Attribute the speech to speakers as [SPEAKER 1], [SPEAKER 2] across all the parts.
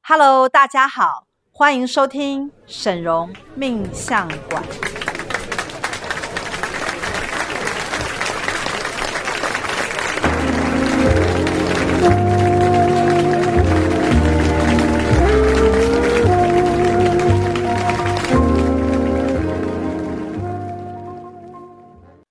[SPEAKER 1] Hello，大家好，欢迎收听沈荣命相馆。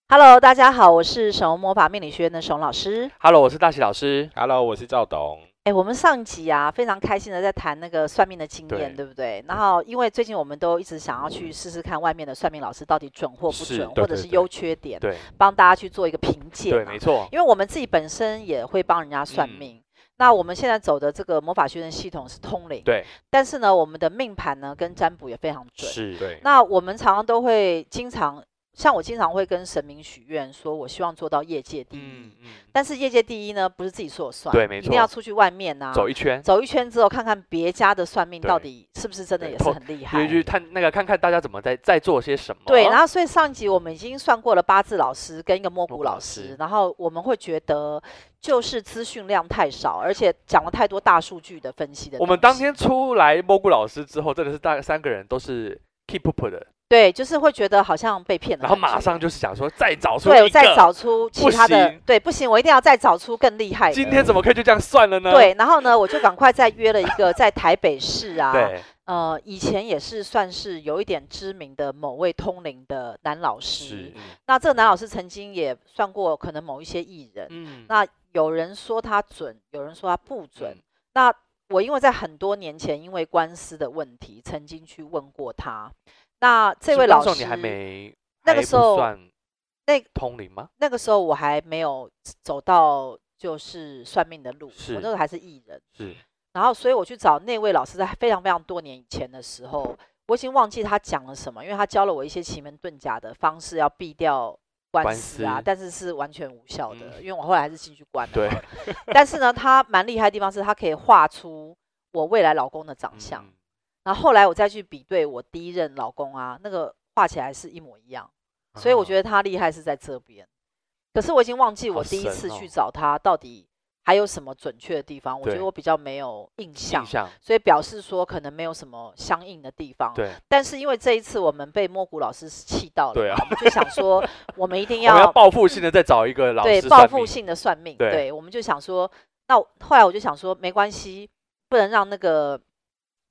[SPEAKER 1] Hello，大家好，我是沈荣魔法命理学院的沈荣老师。
[SPEAKER 2] Hello，我是大喜老师。
[SPEAKER 3] Hello，我是赵董。
[SPEAKER 1] 哎，我们上集啊，非常开心的在谈那个算命的经验，
[SPEAKER 3] 对
[SPEAKER 1] 对不对？
[SPEAKER 2] 嗯
[SPEAKER 1] 然后，因为最近我们都一直想要去试试看外面的算命老师到底准或不
[SPEAKER 2] 是
[SPEAKER 1] 准，
[SPEAKER 3] 对
[SPEAKER 1] 或者
[SPEAKER 3] 对
[SPEAKER 1] 是
[SPEAKER 3] 对
[SPEAKER 1] 优缺点，
[SPEAKER 2] 对
[SPEAKER 1] 帮大家去做一个评鉴
[SPEAKER 2] 对，
[SPEAKER 1] 嘛。
[SPEAKER 2] 没错，
[SPEAKER 1] 因为我们自己本身也会帮人家算
[SPEAKER 2] 嗯
[SPEAKER 1] 命。那我们现在走的这个魔法学院系统是通灵，
[SPEAKER 2] 对
[SPEAKER 1] 但是呢，我们的命盘呢跟占卜也非常准。
[SPEAKER 2] 是，
[SPEAKER 3] 对，
[SPEAKER 1] 那我们常常都会经常，像我经常会跟神明许愿，说我希望做到业界第一。
[SPEAKER 2] 嗯嗯，
[SPEAKER 1] 但是业界第一呢，不是自己说了算，
[SPEAKER 2] 对没
[SPEAKER 1] 一定要
[SPEAKER 2] 错
[SPEAKER 1] 出去外面啊，
[SPEAKER 2] 走一圈，
[SPEAKER 1] 走一圈之后，看看别家的算命
[SPEAKER 2] 对
[SPEAKER 1] 到底是不是真的
[SPEAKER 2] 对
[SPEAKER 1] 也是
[SPEAKER 2] 透
[SPEAKER 1] 很厉害
[SPEAKER 2] 就。去看那个看看大家怎么在在做些什么。
[SPEAKER 1] 对，然
[SPEAKER 2] 后
[SPEAKER 1] 后所以上一集我们已经算过了八字老师跟一个摸
[SPEAKER 2] 摸
[SPEAKER 1] 骨
[SPEAKER 2] 骨
[SPEAKER 1] 老
[SPEAKER 2] 老
[SPEAKER 1] 师
[SPEAKER 2] 师，
[SPEAKER 1] 然后我们会觉得就是资讯量太少，而且讲了太多大数据的分析的东西。
[SPEAKER 2] 我们当天出来蘑菇老师之后，真的是大三个人都是 keep up 的，
[SPEAKER 1] 对，就是会觉得好像被骗了，
[SPEAKER 2] 然后马上就是想说再找出
[SPEAKER 1] 对，我
[SPEAKER 2] 一
[SPEAKER 1] 再
[SPEAKER 2] 个。
[SPEAKER 1] 找出其
[SPEAKER 2] 不
[SPEAKER 1] 他的
[SPEAKER 2] 行，
[SPEAKER 1] 对，不行，我一定要再找出更厉害
[SPEAKER 2] 今
[SPEAKER 1] 的。
[SPEAKER 2] 天怎么可以就这样算了呢？
[SPEAKER 1] 对，然后呢，我就赶快再约了一个在台北市啊，
[SPEAKER 2] 对
[SPEAKER 1] 呃，以前也是算是有一点知名的某位通灵的男老师
[SPEAKER 2] 是。
[SPEAKER 1] 那这个男老师曾经也算过可能某一些艺人，
[SPEAKER 2] 嗯
[SPEAKER 1] 那有人说他准，有人说他不准。
[SPEAKER 2] 嗯
[SPEAKER 1] 那我因为在很多年前因为官司的问题，曾经去问过他。那这位
[SPEAKER 2] 是那
[SPEAKER 1] 老
[SPEAKER 2] 时候
[SPEAKER 1] 师，
[SPEAKER 2] 你还没
[SPEAKER 1] 那个
[SPEAKER 2] 还不
[SPEAKER 1] 时候
[SPEAKER 2] 算
[SPEAKER 1] 那
[SPEAKER 2] 通灵吗？
[SPEAKER 1] 那个时候我还没有走到就是算命的路，我
[SPEAKER 2] 是
[SPEAKER 1] 那时候还是艺人。
[SPEAKER 2] 是
[SPEAKER 1] 然后，所以我去找那位老师，在非常非常多年以前的时候，我已经忘记他讲了什么，因为他教了我一些奇门遁甲的方式，要避掉官
[SPEAKER 2] 官
[SPEAKER 1] 司啊，
[SPEAKER 2] 司
[SPEAKER 1] 但是是完全无效的，
[SPEAKER 2] 嗯
[SPEAKER 1] 因为我后来还是进去关了。
[SPEAKER 2] 对，
[SPEAKER 1] 但是呢，他蛮厉害的地方是他可以画出我未来老公的长相，
[SPEAKER 2] 嗯
[SPEAKER 1] 然后后来我再去比对我第一任老公啊，那个画起来是一模一样，所以我觉得
[SPEAKER 2] 啊
[SPEAKER 1] 他厉害是在这边。可是我已经忘记
[SPEAKER 2] 好
[SPEAKER 1] 我第一
[SPEAKER 2] 神
[SPEAKER 1] 次去
[SPEAKER 2] 哦
[SPEAKER 1] 找他到底还有什么准确的地方，我觉得
[SPEAKER 2] 对
[SPEAKER 1] 我比较没有印象
[SPEAKER 2] 印。象
[SPEAKER 1] 所以表示说可能没有什么相应的地方。
[SPEAKER 2] 对，
[SPEAKER 1] 但是因为这一次我们被摸骨老师气到了，
[SPEAKER 2] 对啊
[SPEAKER 1] 我们就想 说我们一定
[SPEAKER 2] 我们要
[SPEAKER 1] 要
[SPEAKER 2] 报复性的再找一个老
[SPEAKER 1] 对
[SPEAKER 2] 师
[SPEAKER 1] 报
[SPEAKER 2] 算
[SPEAKER 1] 复
[SPEAKER 2] 命
[SPEAKER 1] 性的算命，
[SPEAKER 2] 对
[SPEAKER 1] 我们就想说，那我后来我就想说没关系，不能让那个。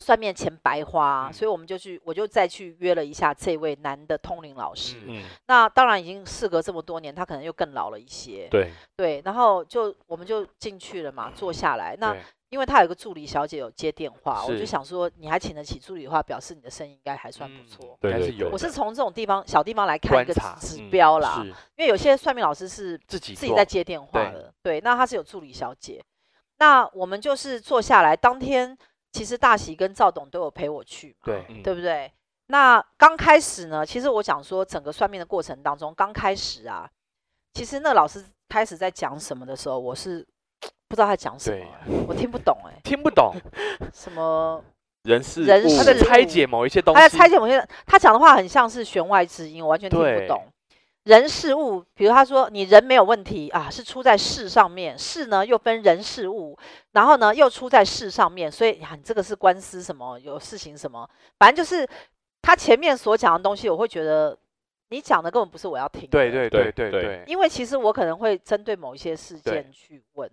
[SPEAKER 1] 算命钱白花，
[SPEAKER 2] 嗯
[SPEAKER 1] 所以我们就去，我就再去约了一下这位男的通灵老师。
[SPEAKER 2] 嗯
[SPEAKER 3] 嗯，
[SPEAKER 1] 那当然已经事隔这么多年，他可能又更老了一些。
[SPEAKER 2] 对
[SPEAKER 1] 对然后就我们就进去了嘛，坐下来。那
[SPEAKER 2] 对
[SPEAKER 1] 因为他有一个助理小姐有接电话，我就是想说，你还请得起助理的话，表示你的生意应该还算不
[SPEAKER 2] 嗯
[SPEAKER 1] 错。
[SPEAKER 3] 对
[SPEAKER 2] 还
[SPEAKER 3] 对
[SPEAKER 2] 是有
[SPEAKER 3] 对
[SPEAKER 1] 我是
[SPEAKER 2] 的
[SPEAKER 1] 从这种地方小地方来看一
[SPEAKER 2] 观
[SPEAKER 1] 个
[SPEAKER 2] 察
[SPEAKER 1] 指
[SPEAKER 3] 嗯
[SPEAKER 1] 标啦，
[SPEAKER 2] 是
[SPEAKER 1] 因为有些算命老师是
[SPEAKER 2] 自己
[SPEAKER 1] 自己
[SPEAKER 2] 做
[SPEAKER 1] 在接电话
[SPEAKER 2] 对
[SPEAKER 1] 的，对，那他是有助理小姐。那我们就是坐下来，当天其实大喜跟赵董都有陪我去嘛，
[SPEAKER 2] 对
[SPEAKER 3] 嗯
[SPEAKER 1] 对不对？那刚开始呢，其实我想说，整个算命的过程当中，刚开始啊，其实那老师开始在讲什么的时候，我是不知道他讲什么
[SPEAKER 2] 对
[SPEAKER 1] 欸，我听不懂哎、
[SPEAKER 2] 听不懂，
[SPEAKER 1] 什么？
[SPEAKER 3] 人事
[SPEAKER 1] 人
[SPEAKER 3] 物
[SPEAKER 2] 他在
[SPEAKER 1] 事
[SPEAKER 2] 拆
[SPEAKER 1] 物
[SPEAKER 2] 解某一些东西，
[SPEAKER 1] 他在拆解某些，他讲的话很像是弦外之音，我完全听不
[SPEAKER 2] 对
[SPEAKER 1] 懂。人事物，比如他说你人没有问题啊，是出在事上面，事呢又分人事物，然后呢又出在事上面，所以呀、你这个是官司什么，有事情什么，反正就是他前面所讲的东西，我会觉得你讲的根本不是我要听的。
[SPEAKER 2] 对对对对
[SPEAKER 3] 对对
[SPEAKER 2] 对，
[SPEAKER 1] 因为其实我可能会针对某一些事
[SPEAKER 2] 对
[SPEAKER 1] 件去问，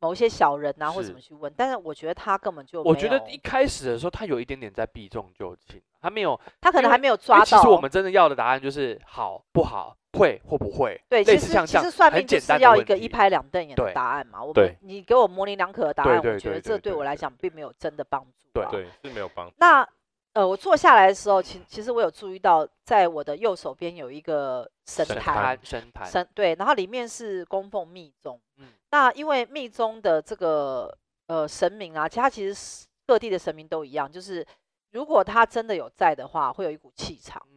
[SPEAKER 1] 某一些小人啊或
[SPEAKER 2] 是
[SPEAKER 1] 什么去问，但是我觉得他根本就
[SPEAKER 2] 我
[SPEAKER 1] 没
[SPEAKER 2] 觉得
[SPEAKER 1] 有
[SPEAKER 2] 一开始的时候他有一点点在避重就轻，他没有
[SPEAKER 1] 他可
[SPEAKER 2] 因
[SPEAKER 1] 能
[SPEAKER 2] 为
[SPEAKER 1] 还没有
[SPEAKER 2] 因为
[SPEAKER 1] 抓
[SPEAKER 2] 其
[SPEAKER 1] 到。
[SPEAKER 2] 实我们真的要的答案就是好不好，会或不会，
[SPEAKER 1] 对，其
[SPEAKER 2] 类
[SPEAKER 1] 实
[SPEAKER 2] 似像
[SPEAKER 1] 其
[SPEAKER 2] 这
[SPEAKER 1] 实
[SPEAKER 2] 样
[SPEAKER 1] 算
[SPEAKER 2] 很
[SPEAKER 1] 命就
[SPEAKER 2] 简
[SPEAKER 1] 是
[SPEAKER 2] 单的
[SPEAKER 1] 要一
[SPEAKER 2] 问
[SPEAKER 1] 个一
[SPEAKER 2] 题
[SPEAKER 1] 拍两瞪眼的
[SPEAKER 2] 对
[SPEAKER 1] 答案嘛。我们
[SPEAKER 3] 对
[SPEAKER 1] 你给我模棱两可的答
[SPEAKER 2] 对
[SPEAKER 1] 案，
[SPEAKER 2] 对
[SPEAKER 1] 我觉
[SPEAKER 2] 对
[SPEAKER 1] 得
[SPEAKER 2] 对
[SPEAKER 1] 这对
[SPEAKER 2] 对
[SPEAKER 1] 我来
[SPEAKER 2] 对
[SPEAKER 1] 讲并没有真的帮助
[SPEAKER 2] 对
[SPEAKER 1] 啊。
[SPEAKER 3] 对是没有帮，
[SPEAKER 1] 那呃，我坐下来的时候，其其实我有注意到，在我的右手边有一个神
[SPEAKER 3] 神
[SPEAKER 1] 坛，
[SPEAKER 2] 谈神谈，
[SPEAKER 1] 神对，然后里面是供奉密宗。
[SPEAKER 2] 嗯
[SPEAKER 1] 那因为密宗的这个呃神明啊，其实它其实是各地的神明都一样，就是如果他真的有在的话，会有一股气场。
[SPEAKER 2] 嗯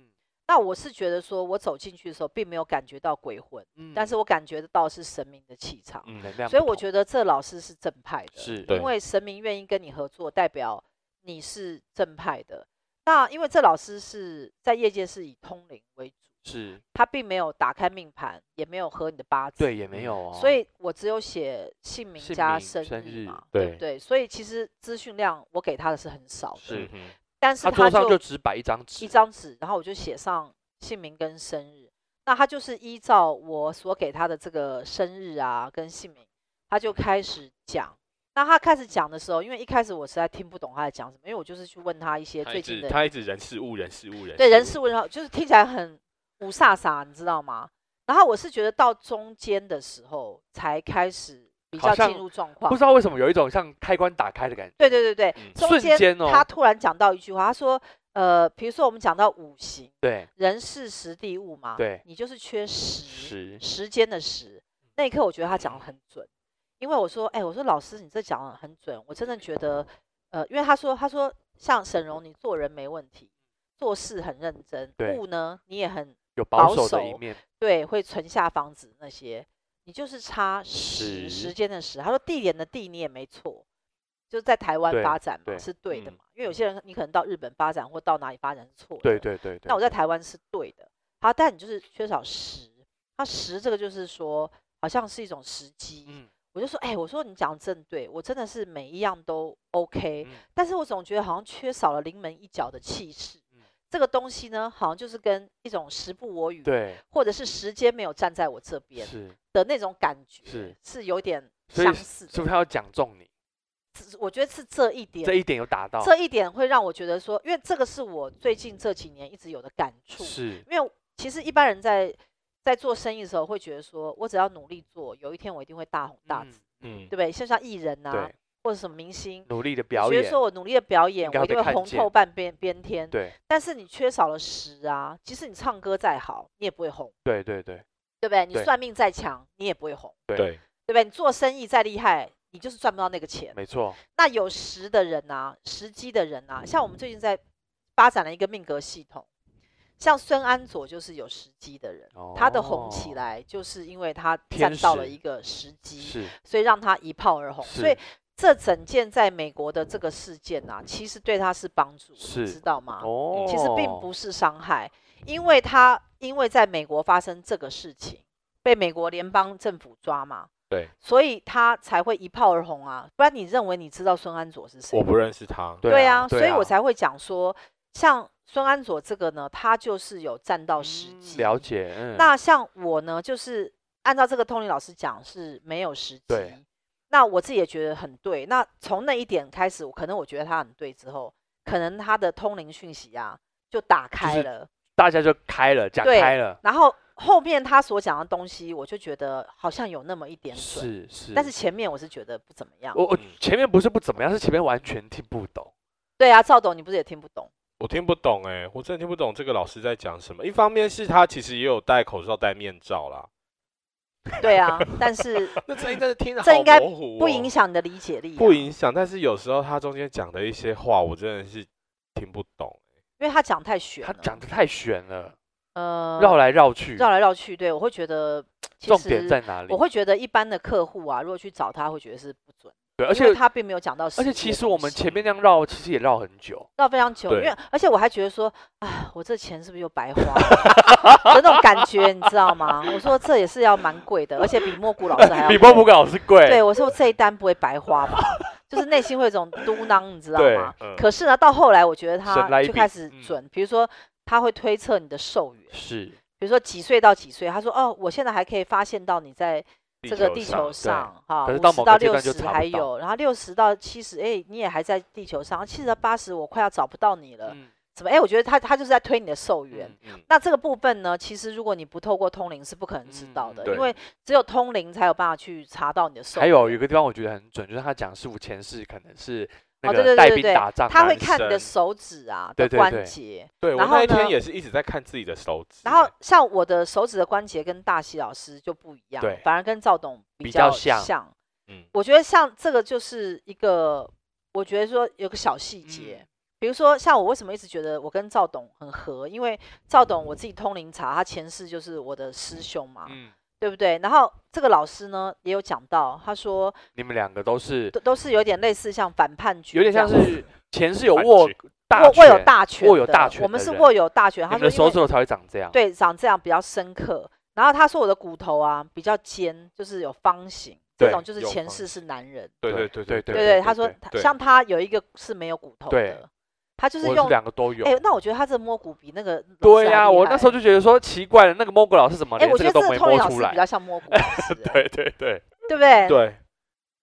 [SPEAKER 1] 那我是觉得说，我走进去的时候，并没有感觉到鬼魂。
[SPEAKER 2] 嗯
[SPEAKER 1] 但是我感觉得到是神明的气场，
[SPEAKER 3] 嗯，
[SPEAKER 2] 能量不同，
[SPEAKER 1] 所以我觉得这老师是正派的，
[SPEAKER 2] 是
[SPEAKER 3] 对
[SPEAKER 1] 因为神明愿意跟你合作，代表你是正派的。那因为这老师是在业界是以通灵为主
[SPEAKER 2] 是，
[SPEAKER 1] 他并没有打开命盘，也没有合你的八字，
[SPEAKER 2] 对，也没有哦。
[SPEAKER 1] 所以我只有写姓名
[SPEAKER 2] 姓
[SPEAKER 1] 加
[SPEAKER 2] 名
[SPEAKER 1] 生
[SPEAKER 2] 生日
[SPEAKER 1] 嘛，
[SPEAKER 3] 对
[SPEAKER 1] 不对？所以其实资讯量我给他的是很少的，
[SPEAKER 2] 是
[SPEAKER 3] 嗯
[SPEAKER 1] 但是
[SPEAKER 2] 他桌上
[SPEAKER 1] 就
[SPEAKER 2] 就只摆一张纸，
[SPEAKER 1] 一张纸，然后我就写上姓名跟生日。那他就是依照我所给他的这个生日啊跟姓名，他就开始讲。那他开始讲的时候，因为一开始我实在听不懂他在讲什么，因为我就是去问他一些
[SPEAKER 3] 哼他
[SPEAKER 1] 最
[SPEAKER 3] 一
[SPEAKER 1] 近
[SPEAKER 3] 直
[SPEAKER 1] 的
[SPEAKER 3] 他一直人事物人事物人
[SPEAKER 1] 对人事问号，就是听起来很五煞煞，你知道吗？然后我是觉得到中间的时候才开始比
[SPEAKER 2] 好
[SPEAKER 1] 较进
[SPEAKER 2] 像
[SPEAKER 1] 入状况
[SPEAKER 2] 不知。道为什么有一种像开关打开的感觉。
[SPEAKER 1] 对对对对，
[SPEAKER 3] 嗯
[SPEAKER 1] 中
[SPEAKER 2] 瞬
[SPEAKER 1] 间
[SPEAKER 2] 间哦
[SPEAKER 1] 他突然讲到一句话，他说：“呃，比如说我们讲到五行，
[SPEAKER 2] 对，
[SPEAKER 1] 人事时地物嘛，
[SPEAKER 2] 对嗯
[SPEAKER 1] 你就是缺时
[SPEAKER 2] 十
[SPEAKER 1] 时间的时。”那一刻我觉得他讲的很准，因为我说：“哎、我说老师，你这讲的很准，我真的觉得，呃，因为他说他说像沈荣，你做人没问题，做事很认真，
[SPEAKER 2] 对
[SPEAKER 1] 物呢你也很
[SPEAKER 2] 有
[SPEAKER 1] 保
[SPEAKER 2] 保守的
[SPEAKER 1] 守
[SPEAKER 2] 一面，
[SPEAKER 1] 对，会存下房子那些，你就是差时
[SPEAKER 2] 十
[SPEAKER 1] 时间的时。他说地点的地你也没错，就是在台湾
[SPEAKER 2] 对
[SPEAKER 1] 发展嘛
[SPEAKER 2] 对
[SPEAKER 1] 是对的
[SPEAKER 3] 嗯
[SPEAKER 1] 嘛，因为有些人你可能到日本发展或到哪里发展是错的，
[SPEAKER 2] 对对对对。
[SPEAKER 1] 那我在台湾是对的，好，但你就是缺少时，那时这个就是说好像是一种时机。
[SPEAKER 2] 嗯
[SPEAKER 1] 我就说，哎、我说你讲得真对，我真的是每一样都 OK，、
[SPEAKER 2] 嗯
[SPEAKER 1] 但是我总觉得好像缺少了临门一脚的气势。
[SPEAKER 2] 嗯
[SPEAKER 1] 这个东西呢，好像就是跟一种时不我与，
[SPEAKER 2] 对
[SPEAKER 1] 或者是时间没有站在我这边
[SPEAKER 2] 是，
[SPEAKER 1] 的那种感觉，
[SPEAKER 2] 是
[SPEAKER 1] 有点
[SPEAKER 2] 所以
[SPEAKER 1] 相似
[SPEAKER 2] 是不
[SPEAKER 1] 的。
[SPEAKER 2] 是他要讲中你
[SPEAKER 1] 只我觉得是这一点，
[SPEAKER 2] 这一点有达到？
[SPEAKER 1] 这一点会让我觉得说，因为这个是我最近这几年一直有的感触。
[SPEAKER 2] 是
[SPEAKER 1] 因为其实一般人在在做生意的时候，会觉得说我只要努力做，有一天我一定会大红大紫，
[SPEAKER 2] 嗯
[SPEAKER 3] 嗯
[SPEAKER 1] 对不对？像像艺人呐、
[SPEAKER 2] 对
[SPEAKER 1] 或者什么明星，
[SPEAKER 2] 努力的
[SPEAKER 1] 你
[SPEAKER 2] 表
[SPEAKER 1] 觉得
[SPEAKER 2] 演
[SPEAKER 1] 说，我努力的表演，
[SPEAKER 2] 该
[SPEAKER 1] 我一
[SPEAKER 2] 会
[SPEAKER 1] 定
[SPEAKER 2] 被
[SPEAKER 1] 会
[SPEAKER 2] 看
[SPEAKER 1] 红
[SPEAKER 2] 见
[SPEAKER 1] 透半边边天。
[SPEAKER 2] 对
[SPEAKER 1] 但是你缺少了时啊，即使你唱歌再好，你也不会红，
[SPEAKER 2] 对对对
[SPEAKER 1] 对不对？你
[SPEAKER 2] 对
[SPEAKER 1] 算命再强，你也不会红，
[SPEAKER 2] 对
[SPEAKER 3] 对
[SPEAKER 1] 对不对？你做生意再厉害，你就是赚不到那个钱。
[SPEAKER 2] 没错，
[SPEAKER 1] 那有时的人啊，时机的人啊，像我们最近在发展了一个命格系统，像孙安佐就是有时机的人，他的红起
[SPEAKER 2] 哦
[SPEAKER 1] 来就是因为他
[SPEAKER 2] 天
[SPEAKER 1] 站到了
[SPEAKER 2] 时
[SPEAKER 1] 一个时机，
[SPEAKER 2] 哦是
[SPEAKER 1] 所以让他一炮而红。所以
[SPEAKER 2] 是
[SPEAKER 1] 这整件在美国的这个事件啊，其实对他是帮助，你
[SPEAKER 2] 是
[SPEAKER 1] 知道吗？
[SPEAKER 2] 哦，
[SPEAKER 1] 啊其实并不是伤害，因为他因为在美国发生这个事情，被美国联邦政府抓嘛，
[SPEAKER 3] 对，
[SPEAKER 1] 所以他才会一炮而红啊。不然你认为你知道孙安佐是谁
[SPEAKER 3] 我
[SPEAKER 1] 吗？
[SPEAKER 3] 不认识他，
[SPEAKER 1] 对
[SPEAKER 2] 啊，
[SPEAKER 1] 所以我才会讲说，像孙安佐这个呢，他就是有占到时
[SPEAKER 2] 嗯
[SPEAKER 1] 机。
[SPEAKER 2] 了解，嗯，
[SPEAKER 1] 那像我呢，就是按照这个 Tony 老师讲是没有时
[SPEAKER 2] 对
[SPEAKER 1] 机。那我自己也觉得很对。那从那一点开始，我可能我觉得他很对之后，可能他的通灵讯息啊就打开
[SPEAKER 2] 是
[SPEAKER 1] 了。
[SPEAKER 2] 大家就开了，讲
[SPEAKER 1] 对
[SPEAKER 2] 开了，
[SPEAKER 1] 然后后面他所讲的东西，我就觉得好像有那么一点准，
[SPEAKER 2] 是是，
[SPEAKER 1] 但是前面我是觉得不怎么样。
[SPEAKER 2] 我我
[SPEAKER 3] 嗯
[SPEAKER 2] 前面不是不怎么样，是前面完全听不懂，
[SPEAKER 1] 对啊，赵董，你不是也听不 懂？
[SPEAKER 3] 我听不懂哎、我真的听不懂这个老师在讲什么。一方面是他其实也有戴口罩、戴面罩啦，
[SPEAKER 1] 对啊，但 是
[SPEAKER 3] 那这应该是听得
[SPEAKER 1] 这
[SPEAKER 3] 好
[SPEAKER 1] 应该
[SPEAKER 3] 模糊
[SPEAKER 1] 不
[SPEAKER 3] 哦
[SPEAKER 1] 影响你的理解力啊、
[SPEAKER 3] 不影响，但是有时候他中间讲的一些话，我真的是听不懂。
[SPEAKER 1] 因为他讲太玄
[SPEAKER 2] 他
[SPEAKER 1] 了，
[SPEAKER 2] 讲的太玄了，
[SPEAKER 1] 呃
[SPEAKER 2] 绕来绕去，
[SPEAKER 1] 绕来绕去，对我会觉得其
[SPEAKER 2] 重点
[SPEAKER 1] 实
[SPEAKER 2] 在哪里
[SPEAKER 1] 我？会觉得一般的客户啊，如果去找他，会觉得是不准，
[SPEAKER 2] 对，而
[SPEAKER 1] 因为
[SPEAKER 2] 且
[SPEAKER 1] 他并没有讲到实际
[SPEAKER 2] 而
[SPEAKER 1] 的东
[SPEAKER 2] 且
[SPEAKER 1] 西。
[SPEAKER 2] 其实我们前面那样绕，其实也绕很久，
[SPEAKER 1] 绕非常久，因
[SPEAKER 3] 对
[SPEAKER 1] 为而且我还觉得说，啊，我这钱是不是又白花了的 那种感觉，你知道吗？我说这也是要蛮贵的，而且比莫古老 师还要
[SPEAKER 2] 比波
[SPEAKER 1] 贵
[SPEAKER 2] 普老师贵
[SPEAKER 1] 对，，我说这一单不会白花吧，就是内心会有一种嘟囔，你知道
[SPEAKER 2] 对
[SPEAKER 1] 吗？
[SPEAKER 3] 嗯，
[SPEAKER 1] 可是呢，到后来我觉得
[SPEAKER 2] 神
[SPEAKER 1] 他
[SPEAKER 2] 来一
[SPEAKER 1] 就
[SPEAKER 2] 笔
[SPEAKER 1] 开始
[SPEAKER 2] 嗯
[SPEAKER 1] 准，比如说他会推测你的寿元，
[SPEAKER 2] 是
[SPEAKER 1] 比如说几岁到几岁，他说哦，我现在还可以发现到你在这个地球
[SPEAKER 3] 上
[SPEAKER 1] 上哈，
[SPEAKER 2] 可
[SPEAKER 1] 五
[SPEAKER 2] 是
[SPEAKER 1] 十
[SPEAKER 2] 到某
[SPEAKER 1] 到
[SPEAKER 2] 个阶
[SPEAKER 1] 六
[SPEAKER 2] 段就
[SPEAKER 1] 十
[SPEAKER 2] 查不
[SPEAKER 1] 还
[SPEAKER 2] 到
[SPEAKER 1] 有，然后六十到七十，哎，你也还在地球上，七十到八十我快要找不到你了，
[SPEAKER 2] 嗯
[SPEAKER 1] 怎么？哎，我觉得他他就是在推你的寿元。
[SPEAKER 2] 嗯
[SPEAKER 3] 嗯
[SPEAKER 1] 那这个部分呢，其实如果你不透过通灵是不可能知道
[SPEAKER 2] 嗯
[SPEAKER 1] 的，
[SPEAKER 3] 对
[SPEAKER 1] 因为只有通灵才有办法去查到你的寿元。
[SPEAKER 2] 还有一个地方我觉得很准，就是他讲师傅前世可能是那
[SPEAKER 1] 哦，对
[SPEAKER 2] 个
[SPEAKER 1] 对
[SPEAKER 2] 带
[SPEAKER 1] 对对
[SPEAKER 2] 兵
[SPEAKER 1] 对
[SPEAKER 2] 打仗，
[SPEAKER 1] 他会
[SPEAKER 2] 男
[SPEAKER 1] 看你的
[SPEAKER 3] 生
[SPEAKER 1] 手指啊
[SPEAKER 2] 对
[SPEAKER 1] 的
[SPEAKER 2] 对
[SPEAKER 1] 关
[SPEAKER 2] 对
[SPEAKER 1] 节，
[SPEAKER 3] 对我
[SPEAKER 1] 然后
[SPEAKER 3] 那一
[SPEAKER 1] 呢
[SPEAKER 3] 天也是一直在看自己的手指欸，
[SPEAKER 1] 然后像我的手指的关节跟大西老师就不一样
[SPEAKER 2] 对，
[SPEAKER 1] 反而跟赵董比
[SPEAKER 2] 比较
[SPEAKER 1] 像
[SPEAKER 2] 像。
[SPEAKER 3] 嗯
[SPEAKER 1] 我觉得像这个就是一个，我觉得说有个小细
[SPEAKER 2] 嗯
[SPEAKER 1] 节。比如说，像我为什么一直觉得我跟赵董很合？因为赵董我自己通灵查，他前世就是我的师兄嘛，
[SPEAKER 2] 嗯，
[SPEAKER 1] 对不对？然后这个老师呢也有讲到，他说
[SPEAKER 2] 你们两个都是
[SPEAKER 1] 都都是有点类似像反叛局
[SPEAKER 2] 有
[SPEAKER 1] 这
[SPEAKER 2] 点像
[SPEAKER 1] 样子，
[SPEAKER 2] 是前世有
[SPEAKER 3] 饭
[SPEAKER 2] 握
[SPEAKER 3] 局
[SPEAKER 2] 大
[SPEAKER 1] 握握有
[SPEAKER 2] 权
[SPEAKER 1] 大权的，
[SPEAKER 2] 握有大权
[SPEAKER 1] 我们
[SPEAKER 2] 的
[SPEAKER 1] 是
[SPEAKER 2] 人
[SPEAKER 1] 握有大权。
[SPEAKER 2] 你
[SPEAKER 1] 他说
[SPEAKER 2] 们的手
[SPEAKER 1] 因为
[SPEAKER 2] 指头才会长这样。
[SPEAKER 1] 对长这样比较深刻。然后他说我的骨头啊比较尖，就是有方形，这
[SPEAKER 2] 对
[SPEAKER 1] 种就是
[SPEAKER 3] 有
[SPEAKER 1] 前
[SPEAKER 3] 方
[SPEAKER 1] 世是男人。
[SPEAKER 3] 对
[SPEAKER 2] 对
[SPEAKER 3] 对
[SPEAKER 2] 对
[SPEAKER 3] 对
[SPEAKER 1] 对他说他像他有一个是没有骨头
[SPEAKER 2] 对
[SPEAKER 1] 的，他就是
[SPEAKER 2] 我
[SPEAKER 1] 用
[SPEAKER 2] 是两个都有。
[SPEAKER 1] 哎、那我觉得他这摸骨比那个
[SPEAKER 2] 对呀、我那时候
[SPEAKER 1] 就
[SPEAKER 2] 就觉得说奇怪了，那个 Mogo 老师怎么
[SPEAKER 1] 哎、
[SPEAKER 2] 连
[SPEAKER 1] 我
[SPEAKER 2] 这
[SPEAKER 1] 觉得
[SPEAKER 2] 个都
[SPEAKER 1] 这个
[SPEAKER 2] 没
[SPEAKER 1] 托尼
[SPEAKER 2] 摸
[SPEAKER 1] 老
[SPEAKER 2] 出
[SPEAKER 1] 师比
[SPEAKER 2] 来？
[SPEAKER 1] 较像摸骨老 师、哎
[SPEAKER 3] 对对对
[SPEAKER 1] 对不对？
[SPEAKER 3] 对，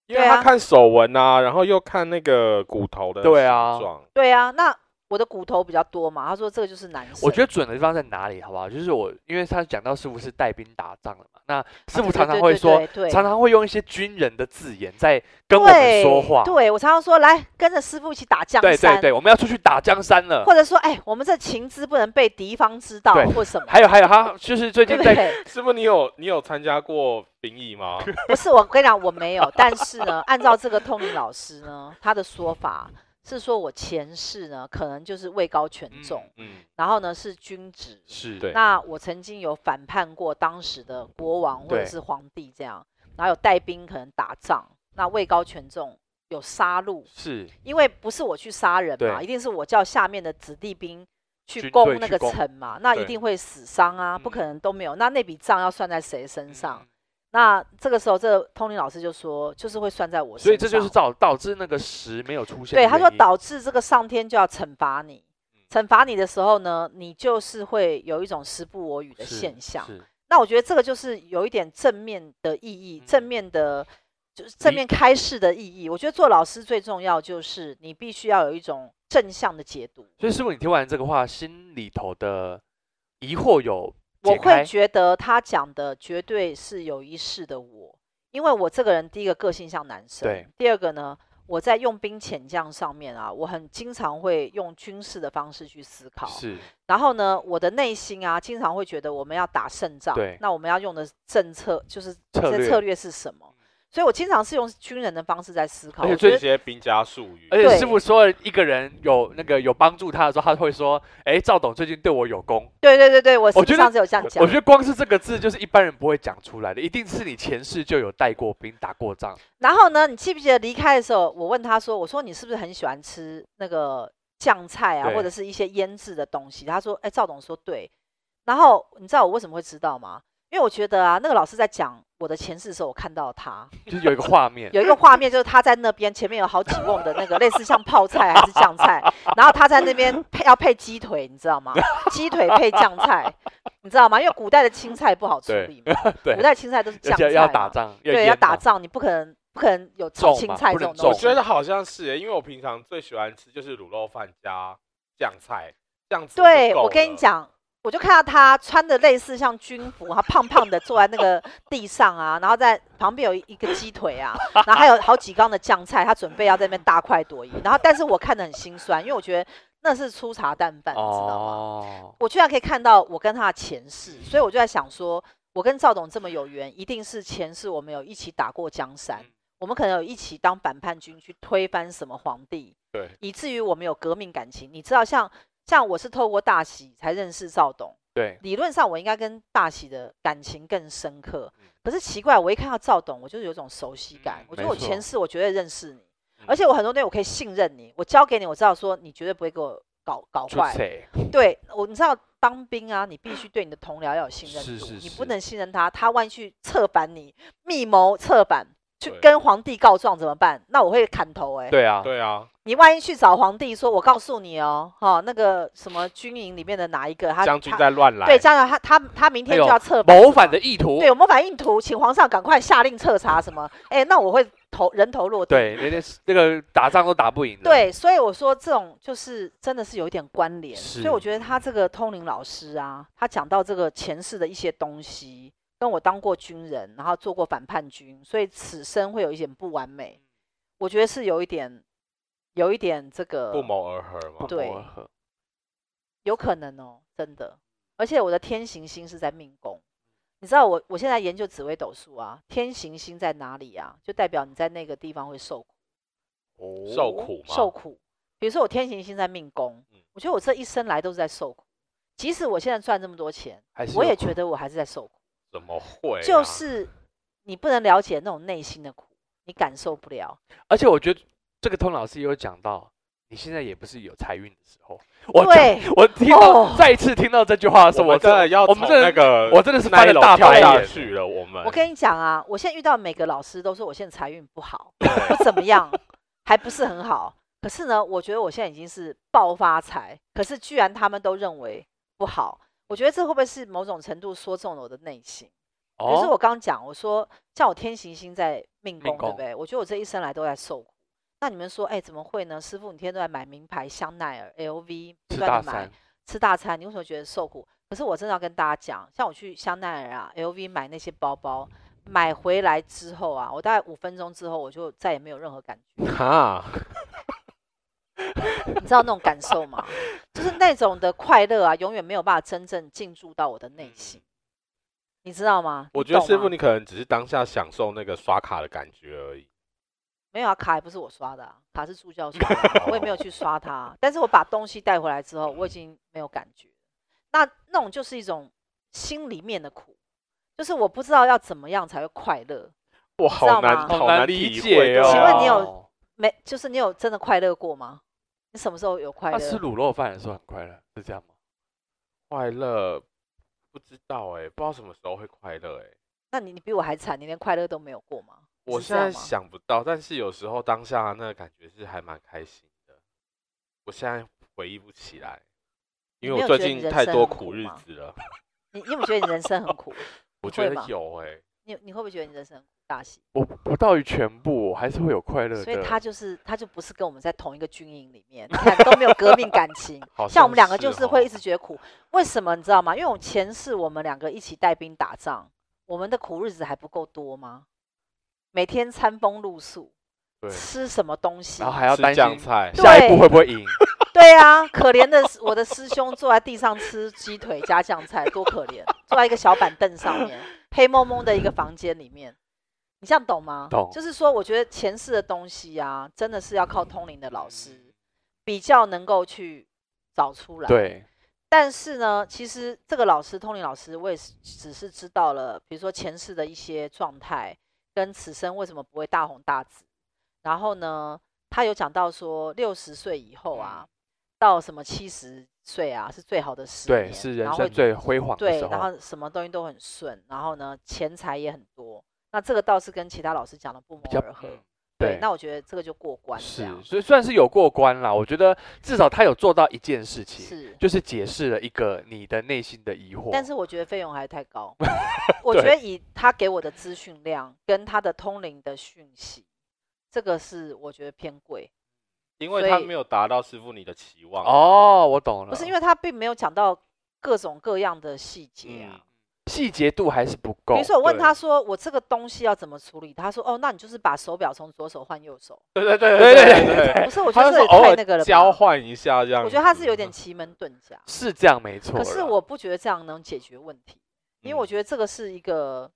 [SPEAKER 3] 因为
[SPEAKER 1] 对啊
[SPEAKER 3] 他看手纹啊，然后又看那个骨头的
[SPEAKER 2] 对啊
[SPEAKER 3] 形状
[SPEAKER 1] 对啊，那我的骨头比较多嘛，他说这个就是男生。
[SPEAKER 2] 我觉得准的地方在哪里，好不好？就是我，因为他讲到师傅是带兵打仗了嘛，那师傅
[SPEAKER 1] 啊对
[SPEAKER 2] 常
[SPEAKER 1] 对
[SPEAKER 2] 常会
[SPEAKER 1] 对
[SPEAKER 2] 说，
[SPEAKER 1] 对对
[SPEAKER 2] 常常会用一些军人的字眼在跟我们
[SPEAKER 1] 对
[SPEAKER 2] 说话。
[SPEAKER 1] 对我常常说，来跟着师傅一起打江
[SPEAKER 2] 对
[SPEAKER 1] 山，
[SPEAKER 2] 对对，我们要出去打江山了。
[SPEAKER 1] 或者说，哎，我们这情资不能被敌方知道
[SPEAKER 2] 对，
[SPEAKER 1] 或什么。
[SPEAKER 2] 还有还有，他就是最
[SPEAKER 1] 对
[SPEAKER 2] 近
[SPEAKER 1] 不
[SPEAKER 2] 在
[SPEAKER 1] 对？
[SPEAKER 3] 师傅，你有你有参加过兵役 吗？
[SPEAKER 1] 不是，我跟你讲，我没有。但是呢，按照这个通灵老师呢，他的说法是说，我前世呢，可能就是位高权
[SPEAKER 2] 嗯
[SPEAKER 1] 重，
[SPEAKER 3] 嗯，
[SPEAKER 1] 然后呢是军职，
[SPEAKER 2] 是
[SPEAKER 3] 对
[SPEAKER 1] 那我曾经有反叛过当时的国王或者
[SPEAKER 2] 对
[SPEAKER 1] 是皇帝这样，然后有带兵可能打仗，那位高权重有杀戮，
[SPEAKER 2] 是
[SPEAKER 1] 因为不是我去杀人嘛，
[SPEAKER 2] 对
[SPEAKER 1] 一定是我叫下面的子弟兵去
[SPEAKER 2] 军队
[SPEAKER 1] 攻那
[SPEAKER 2] 去
[SPEAKER 1] 个
[SPEAKER 2] 攻
[SPEAKER 1] 城嘛，那一
[SPEAKER 3] 对
[SPEAKER 1] 定会死伤啊，不可能都没有。那那笔账要算在谁身上？
[SPEAKER 2] 嗯
[SPEAKER 1] 那这个时候，这个通灵老师就说，就是会算在我身上。
[SPEAKER 2] 所以这就是导导致那个十没有出现的
[SPEAKER 1] 对，
[SPEAKER 2] 原因。
[SPEAKER 1] 他说导致这个上天就要惩罚你。
[SPEAKER 3] 嗯
[SPEAKER 1] 惩罚你的时候呢，你就是会有一种时不我与的
[SPEAKER 2] 是
[SPEAKER 1] 现象。
[SPEAKER 2] 是
[SPEAKER 1] 那我觉得这个就是有一点正面的意义，正
[SPEAKER 2] 嗯
[SPEAKER 1] 面的就是正
[SPEAKER 2] 理
[SPEAKER 1] 面开示的意义。我觉得做老师最重要就是你必须要有一种正向的解读。
[SPEAKER 2] 所以师傅，你听完这个话，心里头的疑惑有
[SPEAKER 1] 我
[SPEAKER 2] 解
[SPEAKER 1] 会
[SPEAKER 2] 开
[SPEAKER 1] 觉得他讲的绝对是有一世的我，因为我这个人第一个个性像男生
[SPEAKER 2] 对，
[SPEAKER 1] 第二个呢，我在用兵遣将上面啊，我很经常会用军事的方式去思考。
[SPEAKER 2] 是
[SPEAKER 1] 然后呢，我的内心啊，经常会觉得我们要打胜仗
[SPEAKER 2] 对，
[SPEAKER 1] 那我们要用的政策就是
[SPEAKER 2] 策
[SPEAKER 1] 这
[SPEAKER 2] 略嗯
[SPEAKER 1] 策略是什么？所以我经常是用军人的方式在思考。
[SPEAKER 2] 而且
[SPEAKER 1] 我
[SPEAKER 2] 最
[SPEAKER 1] 觉
[SPEAKER 3] 这
[SPEAKER 1] 得
[SPEAKER 3] 些兵家术语，
[SPEAKER 2] 而且
[SPEAKER 1] 对
[SPEAKER 2] 师傅说一个人有那个有帮助他的时候，他会说：“哎，赵董最近对我有功。
[SPEAKER 1] 对对对对，我是
[SPEAKER 2] 我
[SPEAKER 1] 不是
[SPEAKER 2] 觉得
[SPEAKER 1] 上次有这样”讲
[SPEAKER 2] 我觉。得光是这个字就是一般人不会讲出来的，一定是你前世就有带过兵、打过 仗。
[SPEAKER 1] 然后呢，你记不记得离开的时候，我问他说：“我说你是不是很喜欢吃那个酱菜啊，
[SPEAKER 2] 对
[SPEAKER 1] 或者是一些腌制的东西？”他说：“哎，赵董说对。”然后你知道我为什么会知道吗？因为我觉得啊，那个老师在讲我的前世的时候，我看到他
[SPEAKER 2] 就是有一个画面，
[SPEAKER 1] 有一个画面，就是他在那边前面有好几瓮的那个类似像泡菜还是酱菜，然后他在那边配要配鸡腿，你知道吗？鸡腿配酱菜，你知道吗？因为古代的青菜不好处
[SPEAKER 2] 对
[SPEAKER 1] 理嘛，
[SPEAKER 2] 对
[SPEAKER 1] 古代青菜都是
[SPEAKER 2] 而
[SPEAKER 1] 酱菜
[SPEAKER 2] 且要
[SPEAKER 1] 嘛
[SPEAKER 2] 打仗，
[SPEAKER 1] 对，
[SPEAKER 2] 腌
[SPEAKER 1] 要打
[SPEAKER 2] 嘛，
[SPEAKER 1] 仗，你不可能不可能有炒
[SPEAKER 2] 种
[SPEAKER 1] 青
[SPEAKER 2] 嘛
[SPEAKER 1] 菜
[SPEAKER 2] 不
[SPEAKER 1] 这种
[SPEAKER 2] 能
[SPEAKER 1] 东
[SPEAKER 3] 我
[SPEAKER 2] 种
[SPEAKER 1] 西。
[SPEAKER 3] 觉得好像是耶，因为我平常最喜欢吃就是卤肉饭加酱菜，这样子
[SPEAKER 1] 对，
[SPEAKER 3] 就够
[SPEAKER 1] 我跟你
[SPEAKER 3] 了，
[SPEAKER 1] 讲，我就看到他穿的类似像军服，他胖胖的坐在那个地上啊，然后在旁边有一个鸡腿啊，然后还有好几缸的酱菜，他准备要在那边大快朵颐。然后，但是我看得很心酸，因为我觉得那是粗茶淡饭，你知道吗？
[SPEAKER 2] 哦，
[SPEAKER 1] 我居啊然可以看到我跟他的前世，所以我就在想说，我跟赵董这么有缘，一定是前世我们有一起打过江山
[SPEAKER 3] 嗯，
[SPEAKER 1] 我们可能有一起当反叛军去推翻什么皇帝，
[SPEAKER 3] 对，
[SPEAKER 1] 以至于我们有革命感情。你知道像，像我是透过大喜才认识赵董，
[SPEAKER 2] 对，
[SPEAKER 1] 理论上我应该跟大喜的感情更深刻
[SPEAKER 3] 嗯。
[SPEAKER 1] 可是奇怪，我一看到赵董，我就有种熟悉感。
[SPEAKER 3] 嗯
[SPEAKER 1] 我觉得我
[SPEAKER 2] 没错
[SPEAKER 1] 前世我绝对认识你，
[SPEAKER 3] 嗯
[SPEAKER 1] 而且我很多东西我可以信任你，我交给你，我知道说你绝对不会给我搞搞
[SPEAKER 2] 出
[SPEAKER 1] 坏。
[SPEAKER 2] 谁？
[SPEAKER 1] 对我，你知道当兵啊，你必须对你的同僚要有信任度，
[SPEAKER 2] 是是
[SPEAKER 1] 你
[SPEAKER 2] 是
[SPEAKER 1] 不能信任他，他万一去策反你，密谋策反，去
[SPEAKER 3] 对
[SPEAKER 1] 跟皇帝告状怎么办？那我会砍头哎、
[SPEAKER 2] 对啊，
[SPEAKER 3] 对啊，
[SPEAKER 1] 你万一去找皇帝说，我告诉你哦，哈、那个什么军营里面的哪一个他
[SPEAKER 3] 将军
[SPEAKER 1] 他
[SPEAKER 3] 在乱来，
[SPEAKER 1] 啊对将军他他他明天
[SPEAKER 2] 哎
[SPEAKER 1] 就
[SPEAKER 2] 呦
[SPEAKER 1] 要策反
[SPEAKER 2] 谋
[SPEAKER 1] 什
[SPEAKER 2] 反
[SPEAKER 1] 么
[SPEAKER 2] 的意图
[SPEAKER 1] 对，，有谋反意图，请皇上赶快下令彻查什么？哎，那我会头人头落地。
[SPEAKER 2] 对，人家那个打仗都打不赢的，
[SPEAKER 3] 嗯
[SPEAKER 1] 对，所以我说这种就是真的是有一点关联，
[SPEAKER 2] 是
[SPEAKER 1] 所以我觉得他这个通灵老师啊，他讲到这个前世的一些东西，跟我当过军人，然后做过反叛军，所以此生会有一点不完美，
[SPEAKER 3] 嗯
[SPEAKER 1] 我觉得是有一点，有一点这个
[SPEAKER 3] 不谋而合嘛
[SPEAKER 2] 不。
[SPEAKER 1] 对
[SPEAKER 2] 谋而合
[SPEAKER 1] 有可能哦，真的。而且我的天行星是在命宫，你知道我我现在研究紫微斗数啊，天行星在哪里啊？就代表你在那个地方会受苦，
[SPEAKER 2] 哦
[SPEAKER 3] 受苦嘛，
[SPEAKER 1] 受苦。比如说我天行星在命宫
[SPEAKER 3] 嗯，
[SPEAKER 1] 我觉得我这一生来都是在受苦。即使我现在赚这么多钱，
[SPEAKER 2] 还是
[SPEAKER 1] 我
[SPEAKER 2] 有
[SPEAKER 1] 也
[SPEAKER 3] 哦
[SPEAKER 2] 苦
[SPEAKER 1] 觉得我还是在受苦。
[SPEAKER 3] 怎么会啊？
[SPEAKER 1] 就是你不能了解那种内心的苦，你感受不了。
[SPEAKER 2] 而且我觉得这个通老师也有讲到，你现在也不是有财运的时候。我讲
[SPEAKER 1] 对
[SPEAKER 2] 我听到、
[SPEAKER 1] 哦
[SPEAKER 2] 再一次听到这句话的时
[SPEAKER 3] 我
[SPEAKER 2] 候，我
[SPEAKER 3] 们真的要
[SPEAKER 2] 我
[SPEAKER 3] 从
[SPEAKER 2] 们
[SPEAKER 3] 那
[SPEAKER 2] 真的
[SPEAKER 3] 个
[SPEAKER 2] 我真的是
[SPEAKER 3] 那
[SPEAKER 2] 翻
[SPEAKER 3] 一
[SPEAKER 2] 了
[SPEAKER 3] 楼
[SPEAKER 2] 大
[SPEAKER 3] 跳
[SPEAKER 2] 白
[SPEAKER 3] 下
[SPEAKER 2] 眼。
[SPEAKER 3] 去了。我们
[SPEAKER 1] 我跟你讲啊，我现在遇到每个老师都说我现在财运不 好，不怎么样，还不是很好。可是呢，我觉得我现在已经是爆发财，可是居然他们都认为不好。我觉得这会不会是某种程度说中了我的内心？比如说
[SPEAKER 2] 哦
[SPEAKER 1] 我刚讲，我说像我天行星在命宫，对不
[SPEAKER 2] 宫
[SPEAKER 1] 对？我觉得我这一生来都在受苦。那你们说，哎，怎么会呢？师傅，你天天都在买名牌香奈儿、LV，不
[SPEAKER 2] 吃
[SPEAKER 1] 断
[SPEAKER 2] 大
[SPEAKER 1] 的买
[SPEAKER 2] 餐，，
[SPEAKER 1] 吃大餐，你为什么觉得受苦？可是我真的要跟大家讲，像我去香奈儿啊、LV 买那些包包，买回来之后啊，我大概五分钟之后，我就再也没有任何感觉，
[SPEAKER 3] 哈，
[SPEAKER 1] 你知道那种感受吗？就是那种的快乐啊，永远没有办法真正进驻到我的内心，你知道吗？
[SPEAKER 3] 嗯我觉得
[SPEAKER 1] 懂
[SPEAKER 3] 师傅
[SPEAKER 1] 吗
[SPEAKER 3] 你可能只是当下享受那个刷卡的感觉而已。
[SPEAKER 1] 没有啊，卡也不是我刷的、啊，卡是助教刷的啊、我也没有去 刷它啊。但是我把东西带回来之后，我已经没有感觉。那那种就是一种心里面的苦，就是我不知道要怎么样才会快乐。
[SPEAKER 3] 哇，
[SPEAKER 1] 知道
[SPEAKER 3] 好难，
[SPEAKER 1] 吗
[SPEAKER 3] 好
[SPEAKER 2] 好难
[SPEAKER 3] 体
[SPEAKER 2] 理
[SPEAKER 3] 会
[SPEAKER 2] 解
[SPEAKER 3] 哦。
[SPEAKER 2] 哦。
[SPEAKER 1] 请问你有？没，就是你有真的快乐过吗？你什么时候有快
[SPEAKER 2] 他
[SPEAKER 1] 乐？
[SPEAKER 2] 吃卤肉饭的时候很快乐，是这样吗？
[SPEAKER 3] 快乐？不知道哎、不知道什么时候会快乐哎、
[SPEAKER 1] 那你你比我还惨，你连快乐都没有过吗？
[SPEAKER 3] 我
[SPEAKER 1] 是
[SPEAKER 3] 现
[SPEAKER 1] 这
[SPEAKER 3] 在
[SPEAKER 1] 样吗
[SPEAKER 3] 想不到，但是有时候当下那个感觉是还蛮开心的。我现在回忆不起来，因
[SPEAKER 1] 你
[SPEAKER 3] 为
[SPEAKER 1] 没
[SPEAKER 3] 我
[SPEAKER 1] 有
[SPEAKER 3] 最
[SPEAKER 1] 觉得
[SPEAKER 3] 近
[SPEAKER 1] 你人
[SPEAKER 3] 太
[SPEAKER 1] 生
[SPEAKER 3] 多
[SPEAKER 1] 很
[SPEAKER 3] 苦
[SPEAKER 1] 苦
[SPEAKER 3] 日
[SPEAKER 1] 吗
[SPEAKER 3] 子了。
[SPEAKER 1] 你你有没有觉得你人生很苦？
[SPEAKER 3] 我
[SPEAKER 1] 你
[SPEAKER 3] 觉
[SPEAKER 1] 会
[SPEAKER 3] 得
[SPEAKER 1] 吗
[SPEAKER 3] 有哎、
[SPEAKER 1] 你你会不会觉得你人生很苦？大喜？
[SPEAKER 2] 我不到于全部，我还是会有快乐的。
[SPEAKER 1] 所以他就是他就不是跟我们在同一个军营里面，你看都没有革命感情。
[SPEAKER 3] 好
[SPEAKER 1] 像我们两个就是是
[SPEAKER 3] 哦
[SPEAKER 1] 会一直觉得苦，为什么你知道吗？因为我们前世我们两个一起带兵打仗，我们的苦日子还不够多吗？每天餐风露宿，
[SPEAKER 3] 对
[SPEAKER 1] 吃什么东西
[SPEAKER 2] 然？后还要
[SPEAKER 3] 吃
[SPEAKER 2] 担
[SPEAKER 3] 酱
[SPEAKER 2] 心
[SPEAKER 3] 菜，
[SPEAKER 1] 对
[SPEAKER 2] 下一步会不会赢？
[SPEAKER 1] 对啊，可怜的是我的师兄坐在地上吃鸡腿加酱菜，多可怜！坐在一个小板凳上面，黑蒙蒙的一个房间里面，你这样懂吗？
[SPEAKER 2] 懂
[SPEAKER 1] 就是说，我觉得前世的东西啊，真的是要靠通灵的老师比较能够去找出来。
[SPEAKER 2] 对，
[SPEAKER 1] 但是呢，其实这个老师通灵老师，我也是只是知道了，比如说前世的一些状态，跟此生为什么不会大红大紫。然后呢，他有讲到说，六十岁以后
[SPEAKER 2] 嗯
[SPEAKER 1] 啊，到什么七十岁啊，是最好的十
[SPEAKER 2] 对，
[SPEAKER 1] 年
[SPEAKER 2] 是
[SPEAKER 1] 然
[SPEAKER 2] 人
[SPEAKER 1] 后会
[SPEAKER 2] 生最辉煌的
[SPEAKER 1] 对，
[SPEAKER 2] 时
[SPEAKER 1] 然
[SPEAKER 2] 候。
[SPEAKER 1] 后什么东西都很顺，然后呢，钱财也很多。那这个倒是跟其他老师讲的不谋
[SPEAKER 2] 较嗯
[SPEAKER 1] 而合。
[SPEAKER 2] 对，
[SPEAKER 1] 那我觉得这个就过关这
[SPEAKER 2] 是
[SPEAKER 1] 样，
[SPEAKER 2] 所以算是有过关啦。我觉得至少他有做到一件事情，
[SPEAKER 1] 是
[SPEAKER 2] 就是解释了一个你的内心的疑惑。
[SPEAKER 1] 但是我觉得费用还太 高。我觉得以他给我的资讯量跟他的通灵的讯息，这个是我觉得偏贵，
[SPEAKER 3] 因为
[SPEAKER 1] 所
[SPEAKER 3] 他
[SPEAKER 1] 以
[SPEAKER 3] 没有达到师傅你的期望。
[SPEAKER 2] 哦，我懂了，
[SPEAKER 1] 不
[SPEAKER 3] 嗯
[SPEAKER 1] 是因为他并没有讲到各种各样的细节啊。
[SPEAKER 2] 细节度还是不够。
[SPEAKER 1] 比如说我问
[SPEAKER 3] 嗯对
[SPEAKER 1] 他说我这个东西要怎么处理，他说哦，那你就是把手表从左手换右手。
[SPEAKER 3] 对对对
[SPEAKER 2] 对
[SPEAKER 3] 对
[SPEAKER 2] 对
[SPEAKER 3] 对对
[SPEAKER 1] 不是，我觉
[SPEAKER 3] 哎他
[SPEAKER 1] 得
[SPEAKER 3] 就
[SPEAKER 1] 这
[SPEAKER 3] 是
[SPEAKER 1] 也
[SPEAKER 3] 偶
[SPEAKER 1] 太那个
[SPEAKER 3] 尔
[SPEAKER 1] 了
[SPEAKER 3] 交
[SPEAKER 1] 吧。
[SPEAKER 3] 换一嗯下这样。
[SPEAKER 1] 我觉得他是有点，奇门遁甲，
[SPEAKER 2] 是这样没错啦。
[SPEAKER 1] 可是我不觉得这样能解决问题，
[SPEAKER 3] 嗯
[SPEAKER 1] 因为我觉得这个是一个。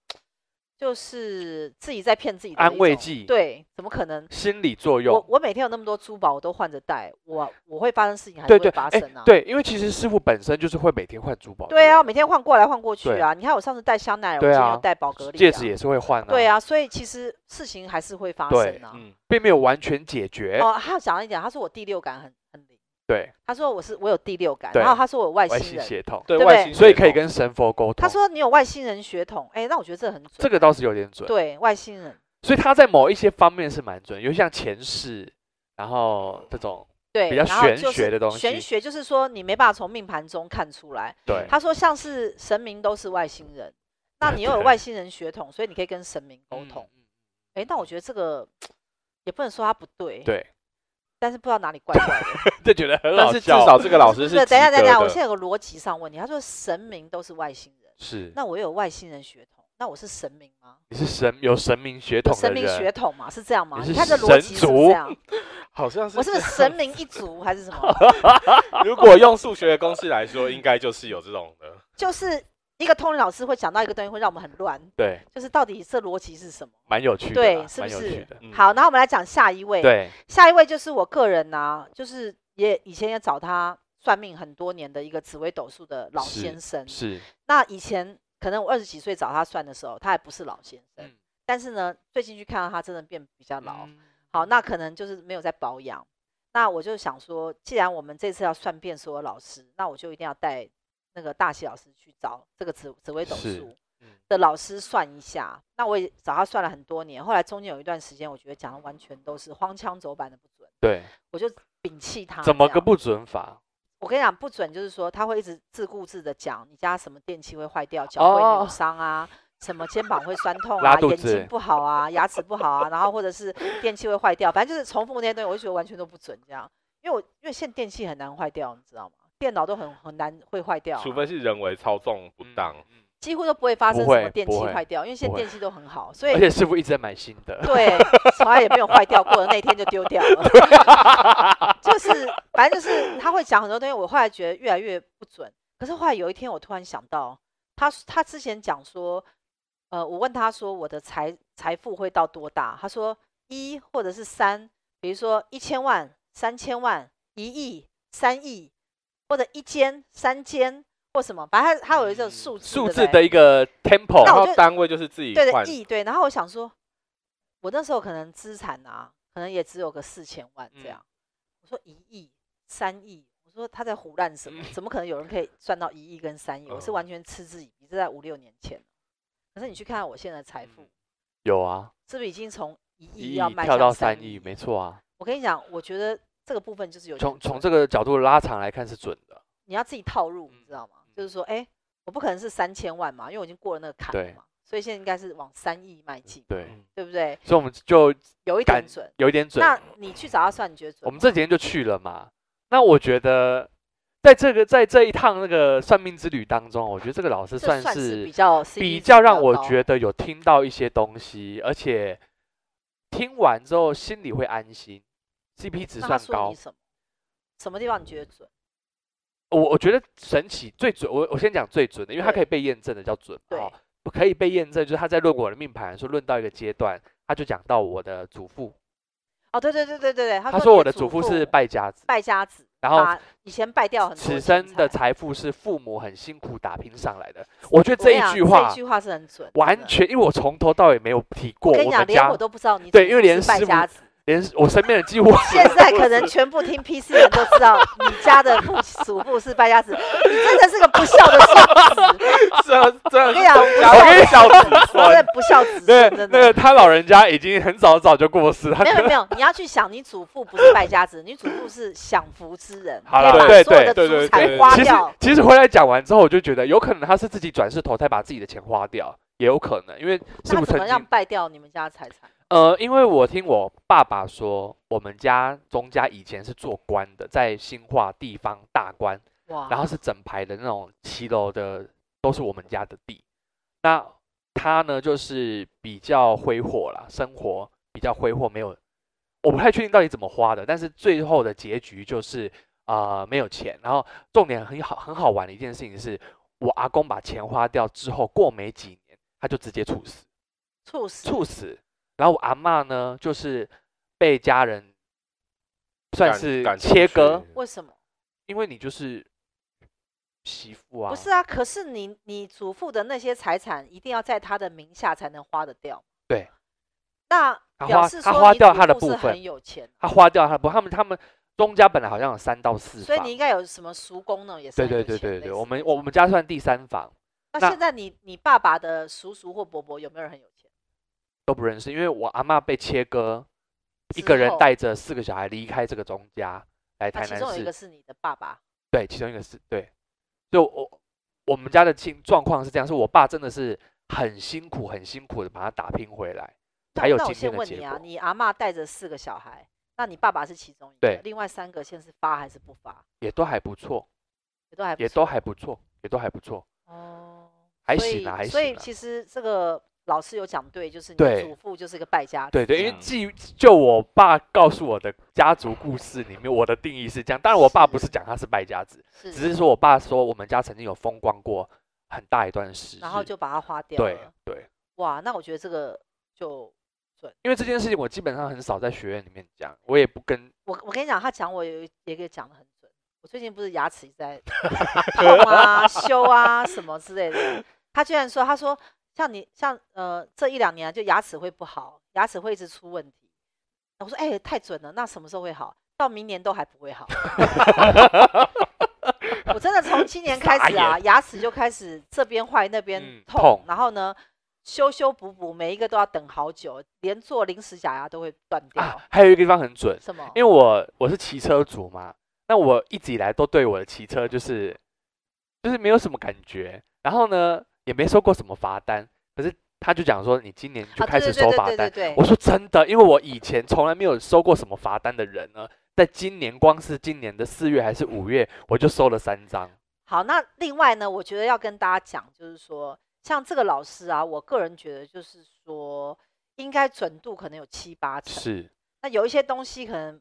[SPEAKER 1] 就是自己在骗自己的
[SPEAKER 2] 安
[SPEAKER 1] 一
[SPEAKER 2] 慰
[SPEAKER 1] 种
[SPEAKER 2] 剂
[SPEAKER 1] 对，怎么可能？
[SPEAKER 2] 心理作
[SPEAKER 1] 我
[SPEAKER 2] 用。
[SPEAKER 1] 我每天有那么多珠宝，我都换着戴，我我会发生事情还是
[SPEAKER 2] 对对，
[SPEAKER 1] 会发
[SPEAKER 2] 哎
[SPEAKER 1] 生啊？
[SPEAKER 2] 对，因为其实师傅本身就是会每天换珠宝的人。
[SPEAKER 1] 对啊，我每天换过来换过去
[SPEAKER 2] 对
[SPEAKER 1] 啊。你看我上次戴香奈儿，我
[SPEAKER 2] 对
[SPEAKER 1] 今天
[SPEAKER 2] 啊
[SPEAKER 1] 又戴宝格丽、啊，
[SPEAKER 2] 戒指也是会换啊。
[SPEAKER 1] 对，啊，所以其实事情还是会发
[SPEAKER 2] 对哎
[SPEAKER 1] 生啊。
[SPEAKER 3] 嗯，
[SPEAKER 2] 并没有完全解决。
[SPEAKER 1] 哦，他有讲了一点，他说我第六感很很灵，
[SPEAKER 2] 对，
[SPEAKER 1] 他说我是我有第六感，
[SPEAKER 2] 对
[SPEAKER 1] 然后他说我有外
[SPEAKER 2] 外
[SPEAKER 1] 星
[SPEAKER 2] 星
[SPEAKER 1] 人，
[SPEAKER 2] 血统，
[SPEAKER 3] 对
[SPEAKER 1] 对
[SPEAKER 3] 外
[SPEAKER 1] 不
[SPEAKER 3] 星，哦
[SPEAKER 2] 所以可以。跟神佛沟通。
[SPEAKER 1] 他说你有外星人血统，哎，那我觉得这很准，
[SPEAKER 2] 这个倒是有点准。
[SPEAKER 1] 对外星人，
[SPEAKER 2] 所以他在某一些方面是蛮准，尤其像前世，然后这种
[SPEAKER 1] 对，
[SPEAKER 2] 比较
[SPEAKER 1] 然后
[SPEAKER 2] 玄
[SPEAKER 1] 就是
[SPEAKER 2] 学的东
[SPEAKER 1] 玄
[SPEAKER 2] 西
[SPEAKER 1] 学就是说你没办法从命盘中看出来，
[SPEAKER 2] 对
[SPEAKER 1] 他说像是神明都是外星人，那你又有
[SPEAKER 2] 对
[SPEAKER 1] 外星人血统，所以你可以跟神明沟通。
[SPEAKER 2] 嗯
[SPEAKER 1] 诶，那我觉得这个也不能说他不对，
[SPEAKER 2] 对，
[SPEAKER 1] 但是不知道哪里怪怪的。
[SPEAKER 2] 就觉得很
[SPEAKER 3] 但
[SPEAKER 2] 好
[SPEAKER 3] 是至
[SPEAKER 2] 笑
[SPEAKER 3] 少这个老师
[SPEAKER 1] 不
[SPEAKER 3] 是
[SPEAKER 1] 是，等一下，
[SPEAKER 3] 及
[SPEAKER 1] 等一
[SPEAKER 3] 格
[SPEAKER 1] 下，我
[SPEAKER 3] 的
[SPEAKER 1] 现在有个逻辑上问你，他说神明都是外星人，
[SPEAKER 2] 是
[SPEAKER 1] 那我又有外星人血统，那我是神明吗？
[SPEAKER 2] 你是神有神明血
[SPEAKER 1] 有
[SPEAKER 2] 统的
[SPEAKER 1] 神明血
[SPEAKER 2] 人，
[SPEAKER 1] 统嘛，是这样吗？
[SPEAKER 2] 你
[SPEAKER 1] 你
[SPEAKER 2] 是
[SPEAKER 1] 看这逻
[SPEAKER 2] 神
[SPEAKER 1] 辑是不是
[SPEAKER 2] 族
[SPEAKER 1] 这样？
[SPEAKER 3] 好像是
[SPEAKER 1] 我是不
[SPEAKER 3] 这
[SPEAKER 1] 是
[SPEAKER 3] 样
[SPEAKER 1] 神明一族还是什么？
[SPEAKER 3] 如果用数学的公式来说，应该就是有这种的。
[SPEAKER 1] 就是一个通灵老师会讲到一个东西，会让我们很乱，
[SPEAKER 2] 对，
[SPEAKER 1] 就是到底这逻辑是什么？
[SPEAKER 2] 蛮有趣的
[SPEAKER 1] 对
[SPEAKER 2] 啦，
[SPEAKER 1] 是不
[SPEAKER 2] 蛮有
[SPEAKER 1] 是
[SPEAKER 2] 趣的，
[SPEAKER 3] 嗯
[SPEAKER 1] 好，然后我们来讲下一位。
[SPEAKER 2] 对，
[SPEAKER 1] 下一位就是我个人呐、就是也以前也找他算命很多年的一个紫微斗数的老
[SPEAKER 2] 是
[SPEAKER 1] 先生。
[SPEAKER 2] 是
[SPEAKER 1] 那以前可能我二十几岁找他算的时候，他还不是老先生，
[SPEAKER 2] 嗯
[SPEAKER 1] 但是呢，最近去看到他真的变比较老。
[SPEAKER 2] 嗯
[SPEAKER 1] 好，那可能就是没有在保养。那我就想说，既然我们这次要算遍所有老师，那我就一定要带那个大喜老师去找这个紫紫微斗
[SPEAKER 2] 是
[SPEAKER 1] 数
[SPEAKER 3] 嗯
[SPEAKER 1] 的老师算一下。那我也找他算了很多年，后来中间有一段时间，我觉得讲的完全都是荒腔走板的不准，
[SPEAKER 2] 对，
[SPEAKER 1] 我就摒弃他。
[SPEAKER 2] 怎么
[SPEAKER 1] 啊这
[SPEAKER 2] 个
[SPEAKER 1] 样
[SPEAKER 2] 不准法？
[SPEAKER 1] 我跟你讲，不准就是说他会一直自顾自的讲你家什么电器会坏掉，脚会扭
[SPEAKER 2] 哦
[SPEAKER 1] 伤啊，什么肩膀会酸痛
[SPEAKER 2] 拉
[SPEAKER 1] 啊，
[SPEAKER 2] 肚
[SPEAKER 1] 眼
[SPEAKER 2] 子
[SPEAKER 1] 睛不好啊，牙齿不好啊，然后或者是电器会坏掉，反正就是重复那些东西，我就觉得完全都不准这样。因为我因为现在电器很难坏掉，你知道吗？电脑都很很难会坏掉啊、
[SPEAKER 3] 除非是人为操纵不当，
[SPEAKER 2] 嗯
[SPEAKER 1] 几乎都不会发
[SPEAKER 2] 不
[SPEAKER 1] 生什么
[SPEAKER 2] 会
[SPEAKER 1] 电
[SPEAKER 2] 不
[SPEAKER 1] 器
[SPEAKER 2] 会
[SPEAKER 1] 坏掉，因为现
[SPEAKER 2] 不
[SPEAKER 1] 在
[SPEAKER 2] 会
[SPEAKER 1] 电器都很好，所以
[SPEAKER 2] 而且师傅一直在买新的，
[SPEAKER 1] 对，从来也没有坏掉过，那天就丢掉了。就是反正就是他会讲很多东西，我后来觉得越来越不准。可是后来有一天，我突然想到，他他之前讲说，呃，我问他说我的财财富会到多大，他说一或者是三，比如说一千万、三千万、一亿、三亿，或者一间、三间或什么，反正他他有一种
[SPEAKER 2] 嗯
[SPEAKER 1] 数字，
[SPEAKER 2] 数
[SPEAKER 1] 对不
[SPEAKER 2] 字
[SPEAKER 1] 对
[SPEAKER 2] 的一个
[SPEAKER 1] 那
[SPEAKER 3] 哦然
[SPEAKER 2] tempo，
[SPEAKER 1] 我
[SPEAKER 3] 后
[SPEAKER 1] 就
[SPEAKER 3] 单位就是自己
[SPEAKER 1] 对的
[SPEAKER 3] 换
[SPEAKER 1] 亿对，然后我想说，我那时候可能资产啊，可能也只有个四千万
[SPEAKER 2] 嗯
[SPEAKER 1] 这样。我说一亿、三亿，我说他在胡乱什么？怎么可能有人可以赚到一亿跟三亿？我是
[SPEAKER 3] 嗯
[SPEAKER 2] 哦
[SPEAKER 1] 完全嗤之以鼻，这在五六年前。可是你去看看我现在的财富，
[SPEAKER 2] 有啊，
[SPEAKER 1] 是不是已经从一亿
[SPEAKER 2] 嗯一亿
[SPEAKER 1] 要迈
[SPEAKER 2] 跳到
[SPEAKER 1] 向
[SPEAKER 2] 三亿，
[SPEAKER 1] 亿？
[SPEAKER 2] 没错啊。
[SPEAKER 1] 我跟你讲，我觉得这个部分就是有点
[SPEAKER 2] 从
[SPEAKER 1] 准
[SPEAKER 2] 从这个角度拉长来看是准的，
[SPEAKER 1] 你要自己套路，你知
[SPEAKER 2] 嗯
[SPEAKER 1] 道吗？就是说，哎，我不可能是三千万嘛，因为我已经过了那个坎
[SPEAKER 2] 对
[SPEAKER 1] 了嘛，所以现在应该是往三亿迈进，
[SPEAKER 2] 对，
[SPEAKER 3] 嗯
[SPEAKER 1] 对不对？
[SPEAKER 2] 所以我们就
[SPEAKER 1] 有一点
[SPEAKER 2] 敢
[SPEAKER 1] 准。
[SPEAKER 2] 有一点准。
[SPEAKER 1] 那你去找他算，你觉得准吗？
[SPEAKER 2] 我们这几天就去了嘛。那我觉得，在这个在这一趟那个算命之旅当中，我觉得这个老师
[SPEAKER 1] 这算
[SPEAKER 2] 是
[SPEAKER 1] 比较 CP 值
[SPEAKER 2] 比
[SPEAKER 1] 比
[SPEAKER 2] 较让我
[SPEAKER 1] 高
[SPEAKER 2] 觉得有听到一些东西，而且听完之后心里会安心。CP 值
[SPEAKER 1] 那他
[SPEAKER 2] 算
[SPEAKER 1] 说
[SPEAKER 2] 高
[SPEAKER 1] 你，什么什么地方你觉得准？
[SPEAKER 2] 我我觉得神奇最准，我我先讲最准的，因为它
[SPEAKER 1] 对
[SPEAKER 2] 可以被验证的叫准嘛
[SPEAKER 1] 对
[SPEAKER 2] 哦，不可以被验证，就是他在论我的命盘的时候，论到一个阶段，他就讲到我的祖父，
[SPEAKER 1] 哦，对对对对对对，他
[SPEAKER 2] 他
[SPEAKER 1] 说
[SPEAKER 2] 说
[SPEAKER 1] 你
[SPEAKER 2] 我的
[SPEAKER 1] 祖
[SPEAKER 2] 祖父是败家子，
[SPEAKER 1] 败家子，
[SPEAKER 2] 然后
[SPEAKER 1] 把以前败掉很多钱
[SPEAKER 2] 此生的
[SPEAKER 1] 财
[SPEAKER 2] 财富是父母很辛苦打拼上来的。我觉得
[SPEAKER 1] 我跟
[SPEAKER 2] 这
[SPEAKER 1] 你
[SPEAKER 2] 一
[SPEAKER 1] 讲
[SPEAKER 2] 句话
[SPEAKER 1] 这一句话是很准，真
[SPEAKER 2] 完
[SPEAKER 1] 的。
[SPEAKER 2] 全，因为我从头到尾没有提过
[SPEAKER 1] 我跟你
[SPEAKER 2] 们
[SPEAKER 1] 讲，连
[SPEAKER 2] 家
[SPEAKER 1] 我，都不知道你
[SPEAKER 2] 对
[SPEAKER 1] 祖
[SPEAKER 2] 因为
[SPEAKER 1] 父
[SPEAKER 2] 连
[SPEAKER 1] 是败
[SPEAKER 2] 师
[SPEAKER 1] 家 子。
[SPEAKER 2] 连我身边的 几乎
[SPEAKER 1] 现在可能全部听 PC 人都知道你家的父祖父是败家子，你真的是个不孝的孝子。
[SPEAKER 3] 这这
[SPEAKER 1] 我跟你讲，
[SPEAKER 3] 家
[SPEAKER 2] 我跟你
[SPEAKER 1] 不孝
[SPEAKER 2] 讲
[SPEAKER 1] 子，真的不孝子
[SPEAKER 2] 对
[SPEAKER 1] 孙，
[SPEAKER 2] 那
[SPEAKER 1] 真
[SPEAKER 2] 个
[SPEAKER 1] 的。
[SPEAKER 2] 他老人家已经很早早就过 世，他
[SPEAKER 1] 没有没有，你要去想，你祖父不是败家子，你祖父是享福之人，
[SPEAKER 2] 好
[SPEAKER 1] 可以
[SPEAKER 2] 啦
[SPEAKER 1] 把
[SPEAKER 2] 对
[SPEAKER 1] 所有
[SPEAKER 2] 对
[SPEAKER 1] 的
[SPEAKER 3] 对
[SPEAKER 1] 祖
[SPEAKER 3] 对
[SPEAKER 1] 产
[SPEAKER 3] 对
[SPEAKER 1] 花
[SPEAKER 2] 其实
[SPEAKER 1] 掉。
[SPEAKER 2] 其实回来讲完之后，我就觉得有可能他是自己转世投胎把自己的钱花掉，也有可能，因为师
[SPEAKER 1] 那怎
[SPEAKER 2] 傅曾
[SPEAKER 1] 么样
[SPEAKER 2] 经
[SPEAKER 1] 败掉你们家的财产？
[SPEAKER 2] 呃，因为我听我爸爸说，我们家宗家以前是做官的，在新化地方大官。
[SPEAKER 1] 哇，
[SPEAKER 2] 然后是整排的那种七楼的，都是我们家的地。那他呢，就是比较挥霍啦，生活比较挥霍，没有，我不太确定到底怎么花的，但是最后的结局就是啊、呃没有钱。然后重点很好很好玩的一件事情是，我阿公把钱花掉之后，过没几年他就直接猝死，
[SPEAKER 1] 猝死，
[SPEAKER 2] 猝死。然后我阿嬷呢，就是被家人算是切割，，
[SPEAKER 1] 为什么？
[SPEAKER 2] 因为你就是媳妇啊，
[SPEAKER 1] 不是啊，可是你你祖父的那些财产一定要在他的名下才能花得掉。
[SPEAKER 2] 对，
[SPEAKER 1] 那
[SPEAKER 2] 他
[SPEAKER 1] 表
[SPEAKER 2] 花
[SPEAKER 1] 示
[SPEAKER 2] 他
[SPEAKER 1] 说
[SPEAKER 2] 花
[SPEAKER 1] 你
[SPEAKER 2] 掉
[SPEAKER 1] 祖
[SPEAKER 2] 他的
[SPEAKER 1] 父
[SPEAKER 2] 部
[SPEAKER 1] 是
[SPEAKER 2] 分
[SPEAKER 1] 很有钱，
[SPEAKER 2] 他花掉他不，他们他们东家本来好像有三到四
[SPEAKER 1] 所以
[SPEAKER 2] 房
[SPEAKER 1] 你应该有什么叔公呢？也是
[SPEAKER 2] 对
[SPEAKER 1] 很有
[SPEAKER 2] 对对
[SPEAKER 1] 钱
[SPEAKER 2] 对
[SPEAKER 1] 类
[SPEAKER 2] 对，
[SPEAKER 1] 似
[SPEAKER 2] 我们
[SPEAKER 1] 这
[SPEAKER 2] 我
[SPEAKER 1] 种
[SPEAKER 2] 们家算第三房那
[SPEAKER 1] 那现在你你爸爸的叔叔或伯伯有没有人很有钱？
[SPEAKER 2] 都不认识，因为我阿嬷被切割，一
[SPEAKER 1] 之
[SPEAKER 2] 个人
[SPEAKER 1] 后
[SPEAKER 2] 带着四个小孩离开这个宗家
[SPEAKER 1] 那
[SPEAKER 2] 来台
[SPEAKER 1] 其
[SPEAKER 2] 南
[SPEAKER 1] 中有一个
[SPEAKER 2] 市，
[SPEAKER 1] 是你的爸爸，
[SPEAKER 2] 对，其中一个是对，就我我们家的情状况是这样，是我爸真的是很辛苦很辛苦的把它打拼回来，
[SPEAKER 1] 那
[SPEAKER 2] 才有
[SPEAKER 1] 那我
[SPEAKER 2] 今天
[SPEAKER 1] 先
[SPEAKER 2] 的
[SPEAKER 1] 问
[SPEAKER 2] 结
[SPEAKER 1] 你啊
[SPEAKER 2] 果，。
[SPEAKER 1] 你阿嬷带着四个小孩，那你爸爸是其中一
[SPEAKER 2] 对
[SPEAKER 1] 个，另外三个现在是发还是不发？
[SPEAKER 2] 也都还不错，
[SPEAKER 1] 也都还不
[SPEAKER 2] 也
[SPEAKER 1] 错
[SPEAKER 2] 都还不错，也都还不错，
[SPEAKER 1] 哦，
[SPEAKER 2] 还
[SPEAKER 1] 所
[SPEAKER 2] 行
[SPEAKER 1] 以
[SPEAKER 2] 啊，还
[SPEAKER 1] 所以
[SPEAKER 2] 行啊。
[SPEAKER 1] 其实这个老师有讲对，就是你
[SPEAKER 2] 对
[SPEAKER 1] 祖父就是个败家子。
[SPEAKER 2] 对对，因为
[SPEAKER 3] 嗯
[SPEAKER 2] 基于就我爸告诉我的家族故事里面，我的定义是这样。当然，我爸不是
[SPEAKER 1] 是
[SPEAKER 2] 讲他是败家子，
[SPEAKER 1] 是，
[SPEAKER 2] 只是说我爸说我们家曾经有风光过很大一段时日。
[SPEAKER 1] 然后就把它花掉
[SPEAKER 2] 对
[SPEAKER 1] 了。
[SPEAKER 2] 对，
[SPEAKER 1] 哇，那我觉得这个就
[SPEAKER 2] 因为这件事情我基本上很少在学院里面讲，我也不跟
[SPEAKER 1] 我我跟你讲，他讲我有一也给讲的很准。我最近不是牙齿一直 在痛啊、修啊什么之类的，他居然说，他说像你像呃这一两年啊就牙齿会不好，牙齿会一直出问题。我说哎、太准了，那什么时候会好？到明年都还不会好。 我真的从今年开始
[SPEAKER 2] 傻
[SPEAKER 1] 啊，牙齿就开始这边坏那边
[SPEAKER 3] 嗯
[SPEAKER 1] 痛，
[SPEAKER 2] 痛
[SPEAKER 1] 然后呢，修修补补，每一个都要等好久，连做临时假牙都会断掉。
[SPEAKER 2] 啊，还有一个地方很准，
[SPEAKER 1] 什么？
[SPEAKER 2] 因为我我是骑车族嘛，那我一直以来都对我的骑车就是就是没有什么感觉，然后呢也没收过什么罚单，可是他就讲说你今年就
[SPEAKER 1] 啊，
[SPEAKER 2] 开
[SPEAKER 1] 对
[SPEAKER 2] 始
[SPEAKER 1] 对
[SPEAKER 2] 收
[SPEAKER 1] 对
[SPEAKER 2] 罚
[SPEAKER 1] 对
[SPEAKER 2] 单
[SPEAKER 1] 对，对
[SPEAKER 2] 我
[SPEAKER 1] 对，
[SPEAKER 2] 说真的，因为我以前从来没有收过什么罚单的人呢，在今年光是今年的四月还是五月，我就收了三张。
[SPEAKER 1] 好，那另外呢，我觉得要跟大家讲，就是说，像这个老师啊，我个人觉得就是说，应该准度可能有七八成，
[SPEAKER 2] 是，
[SPEAKER 1] 那有一些东西可能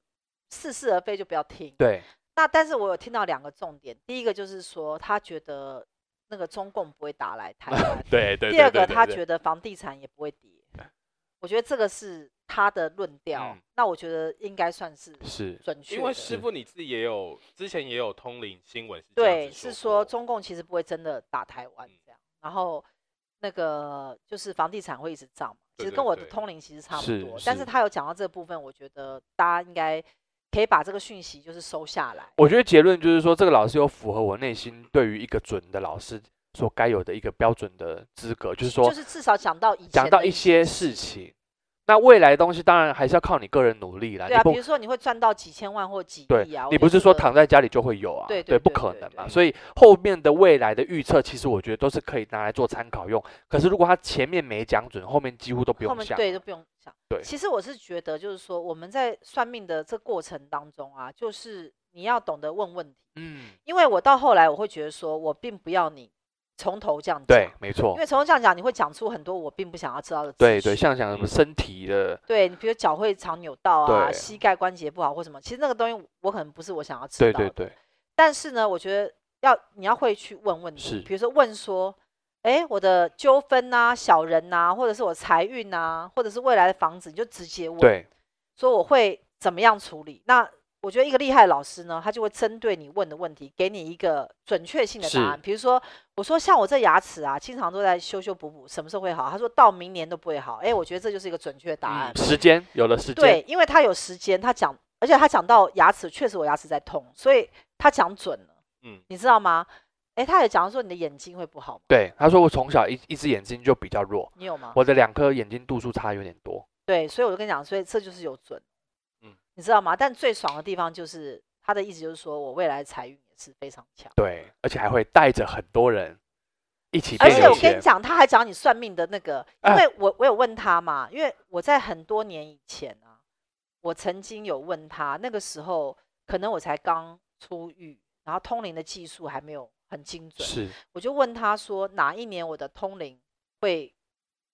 [SPEAKER 1] 似是而非，就不要听。
[SPEAKER 2] 对，
[SPEAKER 1] 那但是我有听到两个重点，第一个就是说他觉得那个中共不会打来台湾，
[SPEAKER 2] 对 对
[SPEAKER 1] 第二个他
[SPEAKER 2] 得
[SPEAKER 1] 觉得房地产也不会跌，我觉得这个是他的论调，
[SPEAKER 2] 嗯
[SPEAKER 1] 那我觉得应该算是
[SPEAKER 2] 是
[SPEAKER 1] 准确
[SPEAKER 3] 因为
[SPEAKER 1] 的。
[SPEAKER 2] 是
[SPEAKER 3] 师傅你自己也有之前也有通灵新闻是这样
[SPEAKER 1] 对，
[SPEAKER 3] 子
[SPEAKER 1] 是
[SPEAKER 3] 说
[SPEAKER 1] 说
[SPEAKER 2] 哦
[SPEAKER 3] 过
[SPEAKER 1] 中共其实不会真的打台湾
[SPEAKER 3] 嗯
[SPEAKER 1] 这样，然后那个就是房地产会一直涨嘛，其
[SPEAKER 3] 对
[SPEAKER 1] 实
[SPEAKER 3] 对
[SPEAKER 1] 跟我的
[SPEAKER 3] 对
[SPEAKER 1] 通灵其实差不
[SPEAKER 2] 是
[SPEAKER 1] 多，但是
[SPEAKER 2] 是
[SPEAKER 1] 他有讲到这部分，我觉得大家应该可以把这个讯息就是收下来。
[SPEAKER 2] 我觉得结论就是说，这个老师有符合我内心对于一个准的老师所该有的一个标准的资格，就是说
[SPEAKER 1] 就是至少讲到以前
[SPEAKER 2] 讲到
[SPEAKER 1] 的
[SPEAKER 2] 一些事情。那未来的东西当然还是要靠你个人努力啦，
[SPEAKER 1] 对
[SPEAKER 2] 你
[SPEAKER 1] 啊，
[SPEAKER 2] 不
[SPEAKER 1] 比如说你会赚到几千万或几
[SPEAKER 2] 对
[SPEAKER 1] 亿啊，我
[SPEAKER 2] 你
[SPEAKER 1] 觉
[SPEAKER 2] 不
[SPEAKER 1] 得
[SPEAKER 2] 是
[SPEAKER 1] 这
[SPEAKER 2] 说
[SPEAKER 1] 个
[SPEAKER 2] 躺在家里就会有啊？
[SPEAKER 1] 对对
[SPEAKER 2] 不
[SPEAKER 1] 对
[SPEAKER 2] 可
[SPEAKER 1] 对
[SPEAKER 2] 能
[SPEAKER 1] 对
[SPEAKER 2] 嘛。
[SPEAKER 1] 对
[SPEAKER 2] 所以后面的未来的预测，其实我觉得都是可以拿来做参考用。可是如果他前面没讲准，后面几乎都不
[SPEAKER 1] 后
[SPEAKER 2] 用
[SPEAKER 1] 面
[SPEAKER 2] 想。啊
[SPEAKER 1] 对都不用想。
[SPEAKER 2] 对
[SPEAKER 1] 其实我是觉得就是说我们在算命的这过程当中啊，就是你要懂得问问题，
[SPEAKER 2] 嗯，
[SPEAKER 1] 因为我到后来我会觉得说我并不要你从头这样讲，
[SPEAKER 2] 对，没错
[SPEAKER 1] 因，为从头这样讲你会讲出很多我并不想要知道的资
[SPEAKER 2] 对对，
[SPEAKER 1] 讯
[SPEAKER 2] 像讲什么
[SPEAKER 3] 嗯
[SPEAKER 2] 身体的，
[SPEAKER 1] 对你比如脚会常扭到啊，
[SPEAKER 2] 对
[SPEAKER 1] 膝盖关节不好或什么，其实那个东西我可能不是我想要知道
[SPEAKER 2] 对
[SPEAKER 1] 的。
[SPEAKER 2] 对对，
[SPEAKER 1] 但是呢，我觉得要你要会去问问题，
[SPEAKER 2] 是
[SPEAKER 1] 比如说问说，哎，我的纠纷呐、小人呐、或者是我财运呐、或者是未来的房子，你就直接问，
[SPEAKER 2] 对
[SPEAKER 1] 说我会怎么样处理。那我觉得一个厉害的老师呢，他就会针对你问的问题，给你一个准确性的答案。
[SPEAKER 2] 是
[SPEAKER 1] 比如说，我说像我这牙齿啊，经常都在修修补补，什么时候会好？他说到明年都不会好。哎，我觉得这就是一个准确的答
[SPEAKER 3] 嗯
[SPEAKER 1] 案。
[SPEAKER 2] 时间有了时间，
[SPEAKER 1] 对，因为他有时间，他讲，而且他讲到牙齿，确实我牙齿在痛，所以他讲准了。
[SPEAKER 3] 嗯，
[SPEAKER 1] 你知道吗？诶，他也讲说你的眼睛会不好吗？
[SPEAKER 2] 对他说我从小一一只眼睛就比较弱，
[SPEAKER 1] 你有吗？
[SPEAKER 2] 我的两颗眼睛度数差有点多。
[SPEAKER 1] 对，所以我就跟你讲，所以这就是有准，
[SPEAKER 3] 嗯
[SPEAKER 1] 你知道吗？但最爽的地方就是他的意思就是说我未来的财运也是非常强，
[SPEAKER 2] 对，而且还会带着很多人一起
[SPEAKER 1] 而
[SPEAKER 2] 变
[SPEAKER 1] 且
[SPEAKER 2] 有
[SPEAKER 1] 我跟
[SPEAKER 2] 钱
[SPEAKER 1] 你。讲，他还讲你算命的那个，因
[SPEAKER 2] 啊
[SPEAKER 1] 为我我有问他嘛，因为我在很多年以前啊，我曾经有问他，那个时候可能我才刚出狱，然后通灵的技术还没有很精准，
[SPEAKER 2] 是，
[SPEAKER 1] 我就问他说哪一年我的通灵会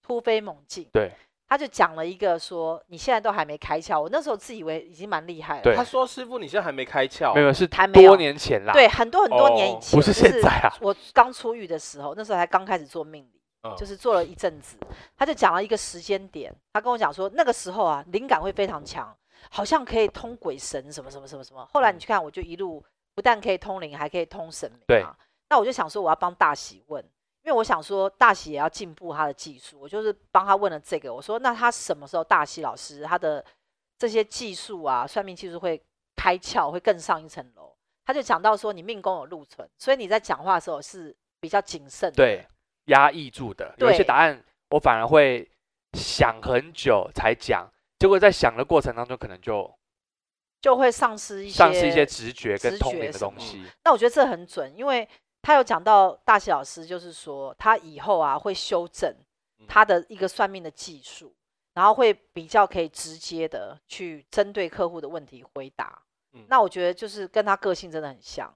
[SPEAKER 1] 突飞猛进？
[SPEAKER 2] 对，
[SPEAKER 1] 他就讲了一个说你现在都还没开窍，我那时候自以为已经蛮厉害了。
[SPEAKER 2] 对
[SPEAKER 3] 他说师傅你现在还没开窍，
[SPEAKER 2] 没有是
[SPEAKER 1] 还没有
[SPEAKER 2] 多年前啦，
[SPEAKER 1] 对，很多很多年以
[SPEAKER 3] 哦
[SPEAKER 1] 前，
[SPEAKER 2] 不是现在啊，
[SPEAKER 1] 我刚出狱的时候，那时候才刚开始做命理，
[SPEAKER 3] 嗯
[SPEAKER 1] 就是做了一阵子，他就讲了一个时间点，他跟我讲说那个时候啊，灵感会非常强，好像可以通鬼神什么什么什么什么。后来
[SPEAKER 2] 嗯
[SPEAKER 1] 你去看，我就一路不但可以通灵，还可以通神明
[SPEAKER 2] 对
[SPEAKER 1] 啊。那我就想说，我要帮大喜问，因为我想说大喜也要进步他的技术，我就是帮他问了这个。我说那他什么时候大喜老师他的这些技术啊，算命技术会开窍，会更上一层楼？他就讲到说你命宫有禄存，所以你在讲话的时候是比较谨慎的。
[SPEAKER 2] 对，压抑住的。有一些
[SPEAKER 1] 对
[SPEAKER 2] 答案我反而会想很久才讲，结果在想的过程当中，可能就
[SPEAKER 1] 就会丧失一些
[SPEAKER 2] 丧失一些直觉跟
[SPEAKER 1] 直
[SPEAKER 2] 通
[SPEAKER 1] 觉
[SPEAKER 2] 灵的
[SPEAKER 1] 什
[SPEAKER 2] 东
[SPEAKER 1] 么
[SPEAKER 2] 西。
[SPEAKER 1] 那我觉得这很准，因为他有讲到大喜老师，就是说他以后啊会修正
[SPEAKER 3] 嗯
[SPEAKER 1] 他的一个算命的技术，然后会比较可以直接的去针对客户的问题回答。
[SPEAKER 3] 嗯
[SPEAKER 1] 那我觉得就是跟他个性真的很像，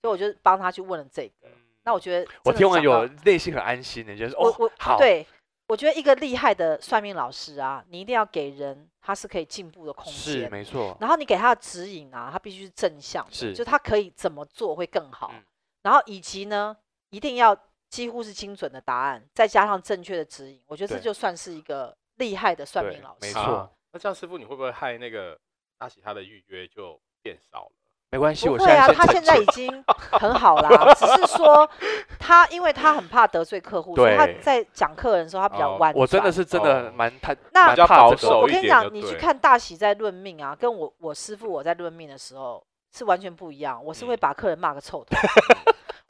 [SPEAKER 1] 所以我就帮他去问了这个。那我觉得
[SPEAKER 2] 嗯我
[SPEAKER 1] 真的
[SPEAKER 2] 听完
[SPEAKER 1] 讲到
[SPEAKER 2] 有内心很安心的，就是
[SPEAKER 1] 我
[SPEAKER 2] 哦
[SPEAKER 1] 我，
[SPEAKER 2] 好，
[SPEAKER 1] 对，我觉得一个厉害的算命老师啊，你一定要给人他是可以进步的空
[SPEAKER 2] 是
[SPEAKER 1] 间，
[SPEAKER 2] 没错，
[SPEAKER 1] 然后你给他的指引啊，他必须是正向的，
[SPEAKER 2] 是
[SPEAKER 1] 就他可以怎么做会更好，
[SPEAKER 2] 嗯
[SPEAKER 1] 然后以及呢，一定要几乎是精准的答案，再加上正确的指引，我觉得这
[SPEAKER 2] 对
[SPEAKER 1] 就算是一个厉害的算
[SPEAKER 2] 对
[SPEAKER 1] 命老
[SPEAKER 2] 没
[SPEAKER 1] 师。
[SPEAKER 2] 错
[SPEAKER 3] 啊那这样师傅你会不会害那个大喜他的预约就变少了？
[SPEAKER 2] 没关系，
[SPEAKER 1] 不
[SPEAKER 2] 我
[SPEAKER 1] 会
[SPEAKER 2] 现在
[SPEAKER 1] 啊，
[SPEAKER 2] 先
[SPEAKER 1] 他
[SPEAKER 2] 沉
[SPEAKER 1] 现在
[SPEAKER 2] 醉
[SPEAKER 1] 已经很好啦，只是说他因为他很怕得罪客户，所以他
[SPEAKER 2] 对
[SPEAKER 1] 在讲客人的时候他比较
[SPEAKER 3] 哦
[SPEAKER 1] 婉转。
[SPEAKER 2] 我真的是真的
[SPEAKER 3] 哦
[SPEAKER 2] 蛮太
[SPEAKER 1] 那
[SPEAKER 2] 蛮
[SPEAKER 1] 比较
[SPEAKER 2] 怕
[SPEAKER 3] 保
[SPEAKER 2] 这
[SPEAKER 3] 守
[SPEAKER 2] 个
[SPEAKER 1] 我
[SPEAKER 3] 一
[SPEAKER 1] 跟你
[SPEAKER 3] 点
[SPEAKER 1] 讲
[SPEAKER 3] 就，
[SPEAKER 1] 你去
[SPEAKER 3] 对
[SPEAKER 1] 看大喜在论命啊，跟我我师傅我在论命的时候是完全不一样。我是会
[SPEAKER 3] 嗯
[SPEAKER 1] 把客人骂个臭 头。嗯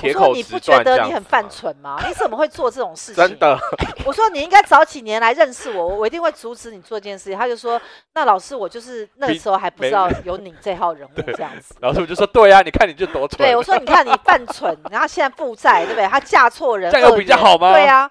[SPEAKER 1] 我
[SPEAKER 3] 铁
[SPEAKER 1] 说
[SPEAKER 3] 口
[SPEAKER 1] 你
[SPEAKER 3] 直
[SPEAKER 1] 不觉
[SPEAKER 3] 断这
[SPEAKER 1] 得
[SPEAKER 3] 样
[SPEAKER 1] 你
[SPEAKER 3] 子
[SPEAKER 1] 很犯
[SPEAKER 3] 吗
[SPEAKER 1] 蠢吗？你怎么会做这种 事情？
[SPEAKER 3] 真的，
[SPEAKER 1] 我说你应该早几年来认识我，我一定会阻止你做这件事情。他就说，那老师我就是那个
[SPEAKER 2] 比
[SPEAKER 1] 时候还不
[SPEAKER 2] 没
[SPEAKER 1] 知道有你这号人物
[SPEAKER 2] 对
[SPEAKER 1] 这样子。
[SPEAKER 2] 老师我就说对啊，你看你就多蠢，
[SPEAKER 1] 对，我说你看你犯蠢，然后现在负债，对不对？他嫁错人，
[SPEAKER 2] 这样有
[SPEAKER 1] 恶
[SPEAKER 2] 比较
[SPEAKER 1] 缘
[SPEAKER 2] 好吗
[SPEAKER 1] 对啊，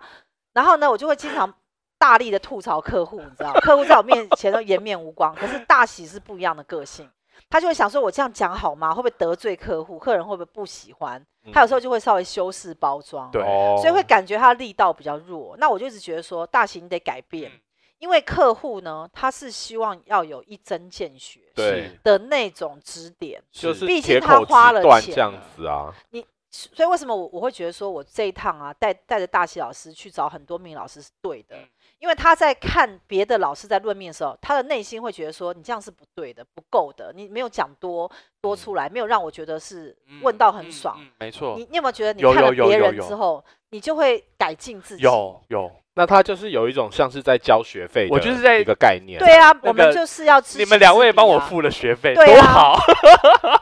[SPEAKER 1] 然后呢，我就会经常大力的吐槽客户，你知道，客户在我面前都颜面无光，可是大喜是不一样的个性，他就会想说，我这样讲好吗？会不会得罪客户？客人会不会不喜欢？
[SPEAKER 3] 嗯
[SPEAKER 1] 他有时候就会稍微修饰包装，
[SPEAKER 2] 嗯对
[SPEAKER 3] 哦
[SPEAKER 1] 所以会感觉他力道比较弱。那我就一直觉得说，大喜你得改变
[SPEAKER 2] 嗯，
[SPEAKER 1] 因为客户呢，他是希望要有一针见血
[SPEAKER 3] 对，
[SPEAKER 1] 的那种指点。
[SPEAKER 3] 就是
[SPEAKER 1] 毕
[SPEAKER 3] 铁
[SPEAKER 1] 竟他
[SPEAKER 3] 口直
[SPEAKER 1] 花了
[SPEAKER 3] 断
[SPEAKER 1] 钱
[SPEAKER 3] 这样
[SPEAKER 2] 了
[SPEAKER 3] 子啊，
[SPEAKER 1] 所以为什么我我会觉得说我这一趟啊，带带着大喜老师去找很多名老师是对的，
[SPEAKER 2] 嗯
[SPEAKER 1] 因为他在看别的老师在论命的时候，他的内心会觉得说你这样是不对的，不够的，你没有讲多多出来，没有让我觉得是问到很爽。
[SPEAKER 2] 嗯嗯嗯没错
[SPEAKER 1] 你，你有没有觉得你
[SPEAKER 2] 有
[SPEAKER 1] 看了
[SPEAKER 2] 有有
[SPEAKER 1] 别
[SPEAKER 2] 有
[SPEAKER 1] 人
[SPEAKER 2] 有
[SPEAKER 1] 之后，你就会改进自己？
[SPEAKER 2] 有有，
[SPEAKER 3] 那他就是有一种像是在交学费，
[SPEAKER 2] 我就是在
[SPEAKER 3] 一个概念。
[SPEAKER 1] 对啊，
[SPEAKER 2] 那
[SPEAKER 1] 我们
[SPEAKER 2] 个
[SPEAKER 1] 就是要知
[SPEAKER 2] 你
[SPEAKER 1] 己
[SPEAKER 2] 们两
[SPEAKER 1] 知
[SPEAKER 2] 位
[SPEAKER 1] 彼
[SPEAKER 2] 帮我
[SPEAKER 1] 啊
[SPEAKER 2] 付了学费，
[SPEAKER 1] 对
[SPEAKER 2] 多
[SPEAKER 1] 啊
[SPEAKER 2] 好，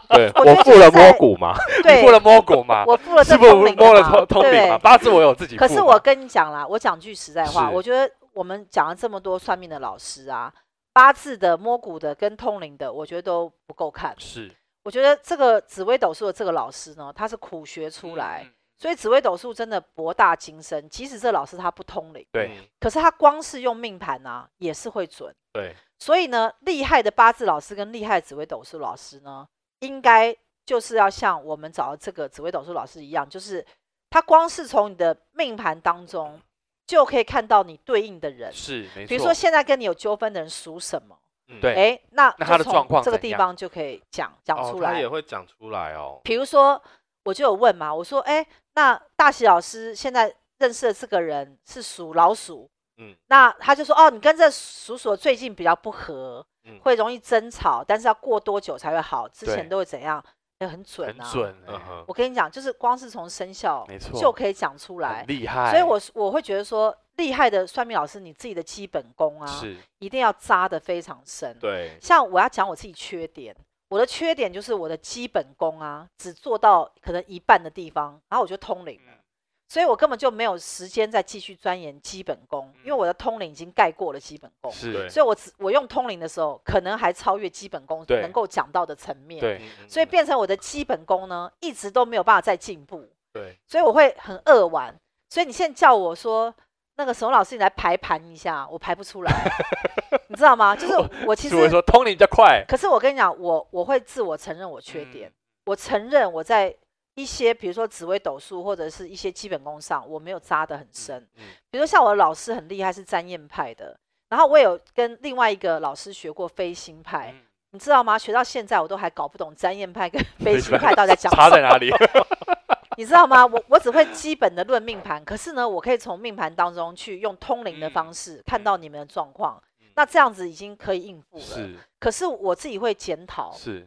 [SPEAKER 3] 对，
[SPEAKER 1] 我
[SPEAKER 3] 我
[SPEAKER 1] 觉得
[SPEAKER 3] 付
[SPEAKER 1] 就是
[SPEAKER 3] 了
[SPEAKER 1] 在
[SPEAKER 3] 摸骨嘛，
[SPEAKER 1] 对，
[SPEAKER 2] 你付了摸骨嘛，
[SPEAKER 1] 我付了 这
[SPEAKER 2] 是不是
[SPEAKER 1] 通灵的
[SPEAKER 2] 摸了
[SPEAKER 1] 嘛
[SPEAKER 2] 通通
[SPEAKER 1] 对
[SPEAKER 2] 灵嘛？八字我有自己付
[SPEAKER 1] 可
[SPEAKER 2] 嘛，
[SPEAKER 1] 是我跟你讲啦，我讲句实在话，
[SPEAKER 2] 是
[SPEAKER 1] 我觉得我们讲了这么多算命的老师啊，八字的、摸骨的跟通灵的，我觉得都不够看。
[SPEAKER 2] 是
[SPEAKER 1] 我觉得这个紫微斗数的这个老师呢，他是苦学出来，，
[SPEAKER 2] 嗯嗯
[SPEAKER 1] 所以紫微斗数真的博大精深。即使这老师他不通灵，
[SPEAKER 2] 对
[SPEAKER 3] 嗯
[SPEAKER 1] 可是他光是用命盘啊，也是会准。
[SPEAKER 3] 对，
[SPEAKER 1] 所以呢，厉害的八字老师跟厉害的紫微斗数老师呢，应该就是要像我们找到这个紫微斗数老师一样，就是他光是从你的命盘当中就可以看到你对应的人，
[SPEAKER 2] 是没错，
[SPEAKER 1] 比如说现在跟你有纠纷的人属什么，
[SPEAKER 3] 嗯
[SPEAKER 2] 对
[SPEAKER 1] 哎，那就
[SPEAKER 2] 那他的
[SPEAKER 1] 从
[SPEAKER 2] 状况
[SPEAKER 1] 这个
[SPEAKER 2] 怎
[SPEAKER 1] 地
[SPEAKER 2] 样
[SPEAKER 1] 方就可以讲讲
[SPEAKER 3] 哦
[SPEAKER 1] 出
[SPEAKER 3] 他
[SPEAKER 1] 来
[SPEAKER 3] 也。会讲出来哦。
[SPEAKER 1] 比如说，我就有问嘛，我说，哎，那大喜老师现在认识的这个人是属老鼠，
[SPEAKER 3] 嗯
[SPEAKER 1] 那他就说，哦，你跟这属鼠的最近比较不合，
[SPEAKER 3] 嗯，
[SPEAKER 1] 会容易争吵，但是要过多久才会好？之前
[SPEAKER 2] 对
[SPEAKER 1] 都会怎样？也很准
[SPEAKER 2] 很
[SPEAKER 1] 啊！
[SPEAKER 2] 准欸，
[SPEAKER 3] 嗯哼，
[SPEAKER 1] 我跟你讲，就是光是从生肖
[SPEAKER 2] 没
[SPEAKER 1] 就
[SPEAKER 2] 错
[SPEAKER 1] 可以讲出来
[SPEAKER 2] 很，厉害，
[SPEAKER 1] 所以我是我会觉得说，厉害的算命老师，你自己的基本功啊，
[SPEAKER 2] 是
[SPEAKER 1] 一定要扎得非常深。
[SPEAKER 3] 对，
[SPEAKER 1] 像我要讲我自己缺点，我的缺点就是我的基本功啊，只做到可能一半的地方，然后我就通灵了。
[SPEAKER 2] 嗯
[SPEAKER 1] 所以我根本就没有时间再继续钻研基本功，因为
[SPEAKER 2] 嗯
[SPEAKER 1] 我的通灵已经盖过了基本功。
[SPEAKER 2] 是
[SPEAKER 3] 对，
[SPEAKER 1] 所以我只我用通灵的时候，可能还超越基本功
[SPEAKER 2] 对
[SPEAKER 1] 能够讲到的层面，
[SPEAKER 2] 对
[SPEAKER 3] 嗯
[SPEAKER 1] 所以
[SPEAKER 3] 嗯
[SPEAKER 1] 变成我的基本功呢，一直都没有办法再进步，
[SPEAKER 3] 对，
[SPEAKER 1] 所以我会很扼腕。所以你现在叫我说那个沈老师，你来排盘一下，我排不出来， 你知道吗？就是我我其
[SPEAKER 2] 是我
[SPEAKER 1] 实，
[SPEAKER 2] 说通灵比较快，
[SPEAKER 1] 可是我跟你讲，我我会自我承认我缺点，
[SPEAKER 2] 嗯
[SPEAKER 1] 我承认我在一些比如说紫微斗数或者是一些基本功上，我没有扎得很深。
[SPEAKER 3] 嗯
[SPEAKER 1] 比如像我的老师很厉害，是占验派的，然后我有跟另外一个老师学过飞星派，
[SPEAKER 2] 嗯
[SPEAKER 1] 你知道吗？学到现在我都还搞不懂占验派跟飞
[SPEAKER 2] 飞
[SPEAKER 1] 星
[SPEAKER 2] 星
[SPEAKER 1] 派到底在讲
[SPEAKER 2] 差
[SPEAKER 1] 什
[SPEAKER 2] 在
[SPEAKER 1] 么，
[SPEAKER 2] 哪里？
[SPEAKER 1] 你知道吗？我我只会基本的论命盘，可是呢，我可以从命盘当中去用通灵的
[SPEAKER 2] 嗯
[SPEAKER 1] 方式看到你们的状况，
[SPEAKER 3] 嗯
[SPEAKER 1] 那这样子已经可以应付了。
[SPEAKER 2] 嗯是
[SPEAKER 1] 可是我自己会检讨，
[SPEAKER 2] 是，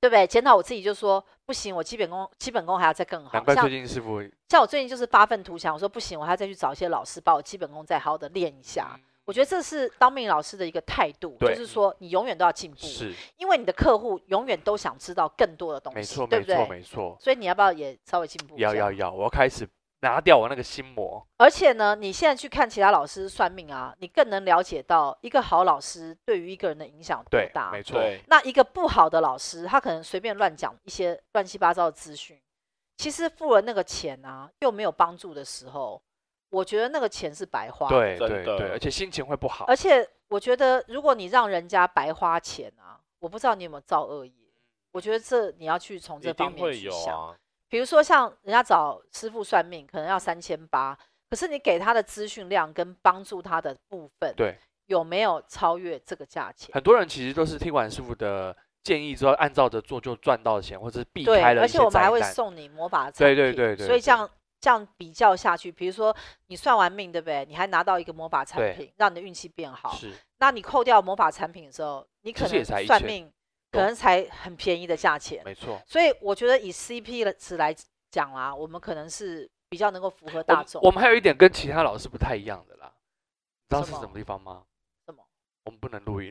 [SPEAKER 1] 对不对？检讨我自己就说不行，我基本功基本功还要再更好
[SPEAKER 2] 难。怪最
[SPEAKER 1] 像
[SPEAKER 2] 近师傅
[SPEAKER 1] 像我最近就是发愤图强，我说不行，我还要再去找一些老师把我基本功再好好的练一下。
[SPEAKER 2] 嗯
[SPEAKER 1] 我觉得这是当命老师的一个态度，就
[SPEAKER 2] 对
[SPEAKER 1] 是说你永远都要进步，
[SPEAKER 2] 是
[SPEAKER 1] 因为你的客户永远都想知道更多的东
[SPEAKER 2] 没
[SPEAKER 1] 西，
[SPEAKER 2] 错
[SPEAKER 1] 对
[SPEAKER 2] 没
[SPEAKER 1] 不
[SPEAKER 2] 错
[SPEAKER 1] 对？
[SPEAKER 2] 没错，
[SPEAKER 1] 所以你要不要也稍微进步一下？
[SPEAKER 2] 要要要，我要开始拿掉我那个心魔，
[SPEAKER 1] 而且呢，你现在去看其他老师算命啊，你更能了解到一个好老师对于一个人的影响有多
[SPEAKER 2] 对，
[SPEAKER 1] 大
[SPEAKER 2] 没。错，
[SPEAKER 3] 对，
[SPEAKER 1] 那一个不好的老师，他可能随便乱讲一些乱七八糟的资讯，其实付了那个钱啊，又没有帮助的时候，我觉得那个钱是白花。
[SPEAKER 2] 对
[SPEAKER 3] 真
[SPEAKER 2] 对
[SPEAKER 3] 的
[SPEAKER 2] 对，而且心情会不好
[SPEAKER 1] 而，且我觉得，如果你让人家白花钱啊，我不知道你有没有造恶业。我觉得这你要去从
[SPEAKER 3] 一
[SPEAKER 1] 这方
[SPEAKER 3] 定
[SPEAKER 1] 面
[SPEAKER 3] 会
[SPEAKER 1] 去
[SPEAKER 3] 有
[SPEAKER 1] 想。
[SPEAKER 3] 啊，
[SPEAKER 1] 比如说像人家找师傅算命，可能要三千八，可是你给他的资讯量跟帮助他的部分，
[SPEAKER 2] 对，
[SPEAKER 1] 有没有超越这个价钱？
[SPEAKER 2] 很多人其实都是听完师傅的建议之后，按照着做就赚到钱，或者是避
[SPEAKER 1] 对，
[SPEAKER 2] 开了
[SPEAKER 1] 而
[SPEAKER 2] 一
[SPEAKER 1] 且
[SPEAKER 2] 些
[SPEAKER 1] 我们还
[SPEAKER 2] 灾
[SPEAKER 1] 会
[SPEAKER 2] 难。
[SPEAKER 1] 送你魔法的产
[SPEAKER 2] 对
[SPEAKER 1] 品，
[SPEAKER 2] 对对对
[SPEAKER 1] 所以这
[SPEAKER 2] 对
[SPEAKER 1] 样这样比较下去，比如说你算完命，对不对？你还拿到一个魔法产
[SPEAKER 2] 对
[SPEAKER 1] 品，让你的运气变好。
[SPEAKER 2] 是
[SPEAKER 1] 那你扣掉魔法产品的时候，你可
[SPEAKER 2] 其实也
[SPEAKER 1] 能
[SPEAKER 2] 才一
[SPEAKER 1] 算
[SPEAKER 2] 千
[SPEAKER 1] 命可能才很便宜的价钱。
[SPEAKER 2] 没错。
[SPEAKER 1] 所以我觉得以 CP 的值来讲啦、我们可能是比较能够符合
[SPEAKER 2] 我
[SPEAKER 1] 大
[SPEAKER 2] 们
[SPEAKER 1] 众。
[SPEAKER 2] 我们还有一点跟其他老师不太一样的啦，你知道是
[SPEAKER 1] 什么
[SPEAKER 2] 什么地方吗？
[SPEAKER 1] 什么？
[SPEAKER 2] 我们不能录音，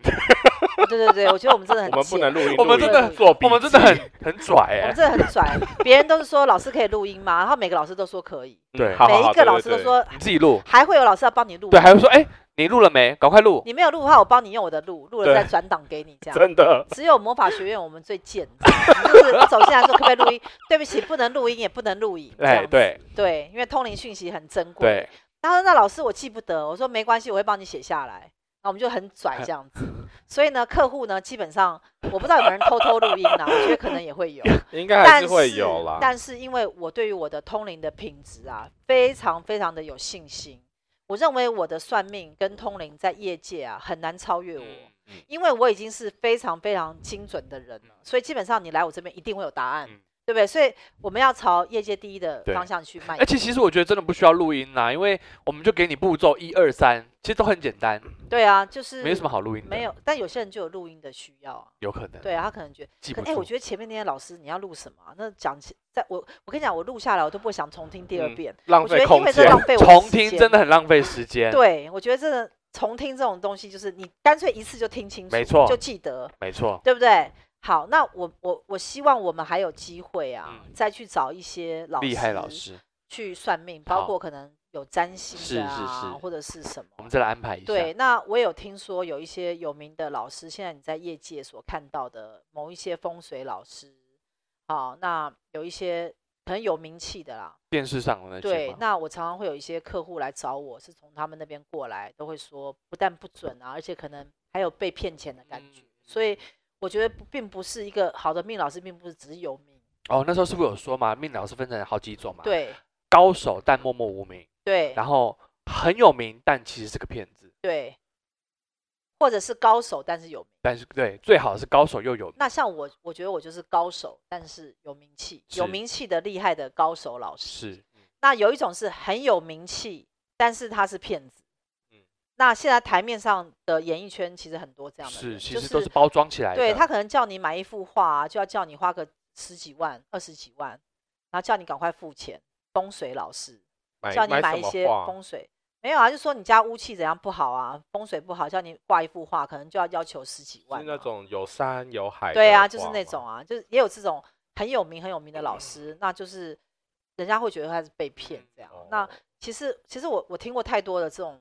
[SPEAKER 1] 对对对，我觉得我们真的很
[SPEAKER 3] 我们不
[SPEAKER 1] 贱
[SPEAKER 3] 能录音，
[SPEAKER 2] 我们
[SPEAKER 3] 录
[SPEAKER 2] 真
[SPEAKER 3] 音
[SPEAKER 2] 的
[SPEAKER 3] 做笔记，
[SPEAKER 2] 我们真的很很拽
[SPEAKER 1] 我
[SPEAKER 2] 哎
[SPEAKER 1] 们、真的很 拽，别人都是说老师可以录音吗？然后每个老师都说可以，
[SPEAKER 2] 对
[SPEAKER 3] 嗯好好
[SPEAKER 1] 每
[SPEAKER 3] 好
[SPEAKER 1] 一个
[SPEAKER 3] 对
[SPEAKER 1] 老
[SPEAKER 3] 对
[SPEAKER 1] 师都
[SPEAKER 3] 对
[SPEAKER 1] 说
[SPEAKER 2] 你自己录，
[SPEAKER 1] 还会有老师要帮你录，
[SPEAKER 2] 对，还会说哎、你录了没？赶快录，
[SPEAKER 1] 你没有录的话，我帮你用我的录，录了
[SPEAKER 3] 对
[SPEAKER 1] 再转档给你这样。
[SPEAKER 3] 真的
[SPEAKER 1] 只有魔法学院我们最贱，你知道吗就是走进来说可不可以录音？ 对不起，不能录音，也不能录影。这样
[SPEAKER 2] 哎
[SPEAKER 1] 子
[SPEAKER 2] 对
[SPEAKER 1] 对，因为通灵讯息很珍贵。
[SPEAKER 2] 对，
[SPEAKER 1] 他说：“那老师我记不得。”我说：“没关系，我会帮你写下来。”那我们就很 拽这样子。所以呢，客户呢，基本上我不知道有没有人偷偷录音啊啦，我觉得可能也会有。
[SPEAKER 3] 应该还
[SPEAKER 1] 但
[SPEAKER 3] 是
[SPEAKER 1] 是
[SPEAKER 3] 会有啦。
[SPEAKER 1] 但是因为我对于我的通灵的品质啊，非常非常的有信心。我认为我的算命跟通灵在业界啊很难超越我，
[SPEAKER 2] 嗯嗯
[SPEAKER 1] 因为我已经是非常非常精准的人了，所以基本上你来我这边一定会有答案，
[SPEAKER 2] 嗯
[SPEAKER 1] 对不对？所以我们要朝业界第一的
[SPEAKER 2] 对
[SPEAKER 1] 方向去迈
[SPEAKER 3] 哎
[SPEAKER 2] 而且其实我觉得真的不需要录音啦，因为我们就给你步骤一二三，其实都很简单，
[SPEAKER 1] 对啊，就是
[SPEAKER 2] 没有什么好录音的，
[SPEAKER 1] 没有，但有些人就有录音的需要啊。
[SPEAKER 2] 有可能
[SPEAKER 1] 对啊，他可能觉得，
[SPEAKER 2] 记
[SPEAKER 1] 可
[SPEAKER 2] 不
[SPEAKER 1] 哎、我
[SPEAKER 2] 住，
[SPEAKER 1] 觉得前面那些老师你要录什么啊、那讲起，在我我跟你讲，我录下来我都不会想重听第二
[SPEAKER 3] 嗯
[SPEAKER 1] 遍，
[SPEAKER 3] 浪
[SPEAKER 1] 我觉
[SPEAKER 3] 费
[SPEAKER 1] 得因
[SPEAKER 3] 空
[SPEAKER 1] 为这
[SPEAKER 3] 间，
[SPEAKER 1] 浪费我
[SPEAKER 2] 重
[SPEAKER 1] 时
[SPEAKER 2] 听
[SPEAKER 1] 间
[SPEAKER 2] 真的很浪费时间，，
[SPEAKER 1] 对，我觉得真的重听这种东西，就是你干脆一次就听清楚，
[SPEAKER 2] 没错
[SPEAKER 1] 就记得，
[SPEAKER 2] 没错，
[SPEAKER 1] 对不对？好，那我我我希望我们还有机会啊，
[SPEAKER 2] 嗯
[SPEAKER 1] 再去找一些老师
[SPEAKER 2] 厉害老师，
[SPEAKER 1] 去算命，包
[SPEAKER 2] 好
[SPEAKER 1] 括可能有占
[SPEAKER 2] 是
[SPEAKER 1] 星的
[SPEAKER 2] 是
[SPEAKER 1] 啊，
[SPEAKER 2] 是
[SPEAKER 1] 或者是什
[SPEAKER 2] 我
[SPEAKER 1] 么
[SPEAKER 2] 们。再来安排一下，
[SPEAKER 1] 对，那我有听说有一些有名的老师，现在你在业界所看到的某一些风水老师，好，那有一些可能有名气的啦，
[SPEAKER 2] 电视上的那些
[SPEAKER 1] 对
[SPEAKER 2] 嘛，
[SPEAKER 1] 那我常常会有一些客户来找我，是从他们那边过来，都会说不但不准啊，而且可能还有被骗钱的感觉。
[SPEAKER 2] 嗯
[SPEAKER 1] 所以我觉得不并不是一个好的命老师，并不是只是有名。
[SPEAKER 2] 哦，那时候是不是有说嘛，命老师分成好几种嘛？，
[SPEAKER 1] 对
[SPEAKER 2] 高手但默默无名，
[SPEAKER 1] 对
[SPEAKER 2] 然后很有名但其实是个骗子，
[SPEAKER 1] 对，或者是高手，但是有名。
[SPEAKER 2] 但是对，最好是高手又有名，
[SPEAKER 1] 那像我，我觉得我就是高手，但是有名气，有
[SPEAKER 2] 是
[SPEAKER 1] 名气的厉害的高手老师。
[SPEAKER 2] 是
[SPEAKER 1] 那有一种是很有名气，但是他是骗子。
[SPEAKER 3] 嗯
[SPEAKER 1] 那现在台面上的演艺圈其实很多这样的
[SPEAKER 2] 是，
[SPEAKER 1] 人，
[SPEAKER 2] 其
[SPEAKER 1] 就
[SPEAKER 2] 实都是包装起来的，啊
[SPEAKER 1] 对他可能叫你买一幅画、啊，就要叫你花个十几万、二十几万，然后叫你赶快付钱。风水老师
[SPEAKER 3] 买
[SPEAKER 1] 叫你
[SPEAKER 3] 买
[SPEAKER 1] 买
[SPEAKER 3] 什
[SPEAKER 1] 一
[SPEAKER 3] 么
[SPEAKER 1] 些
[SPEAKER 3] 画
[SPEAKER 1] 风水，没有啊，就说你家屋气怎样不好啊，风水不好，叫你画一幅画，可能就要要求十几万、啊
[SPEAKER 3] 是那。种有山有海的
[SPEAKER 1] 对啊，就是
[SPEAKER 3] 画
[SPEAKER 1] 那
[SPEAKER 3] 吗
[SPEAKER 1] 种啊，就是也有这种很有名很有名的老师，那就是人家会觉得他是被骗这样。那
[SPEAKER 3] 哦
[SPEAKER 1] 其实其实我我听过太多的这种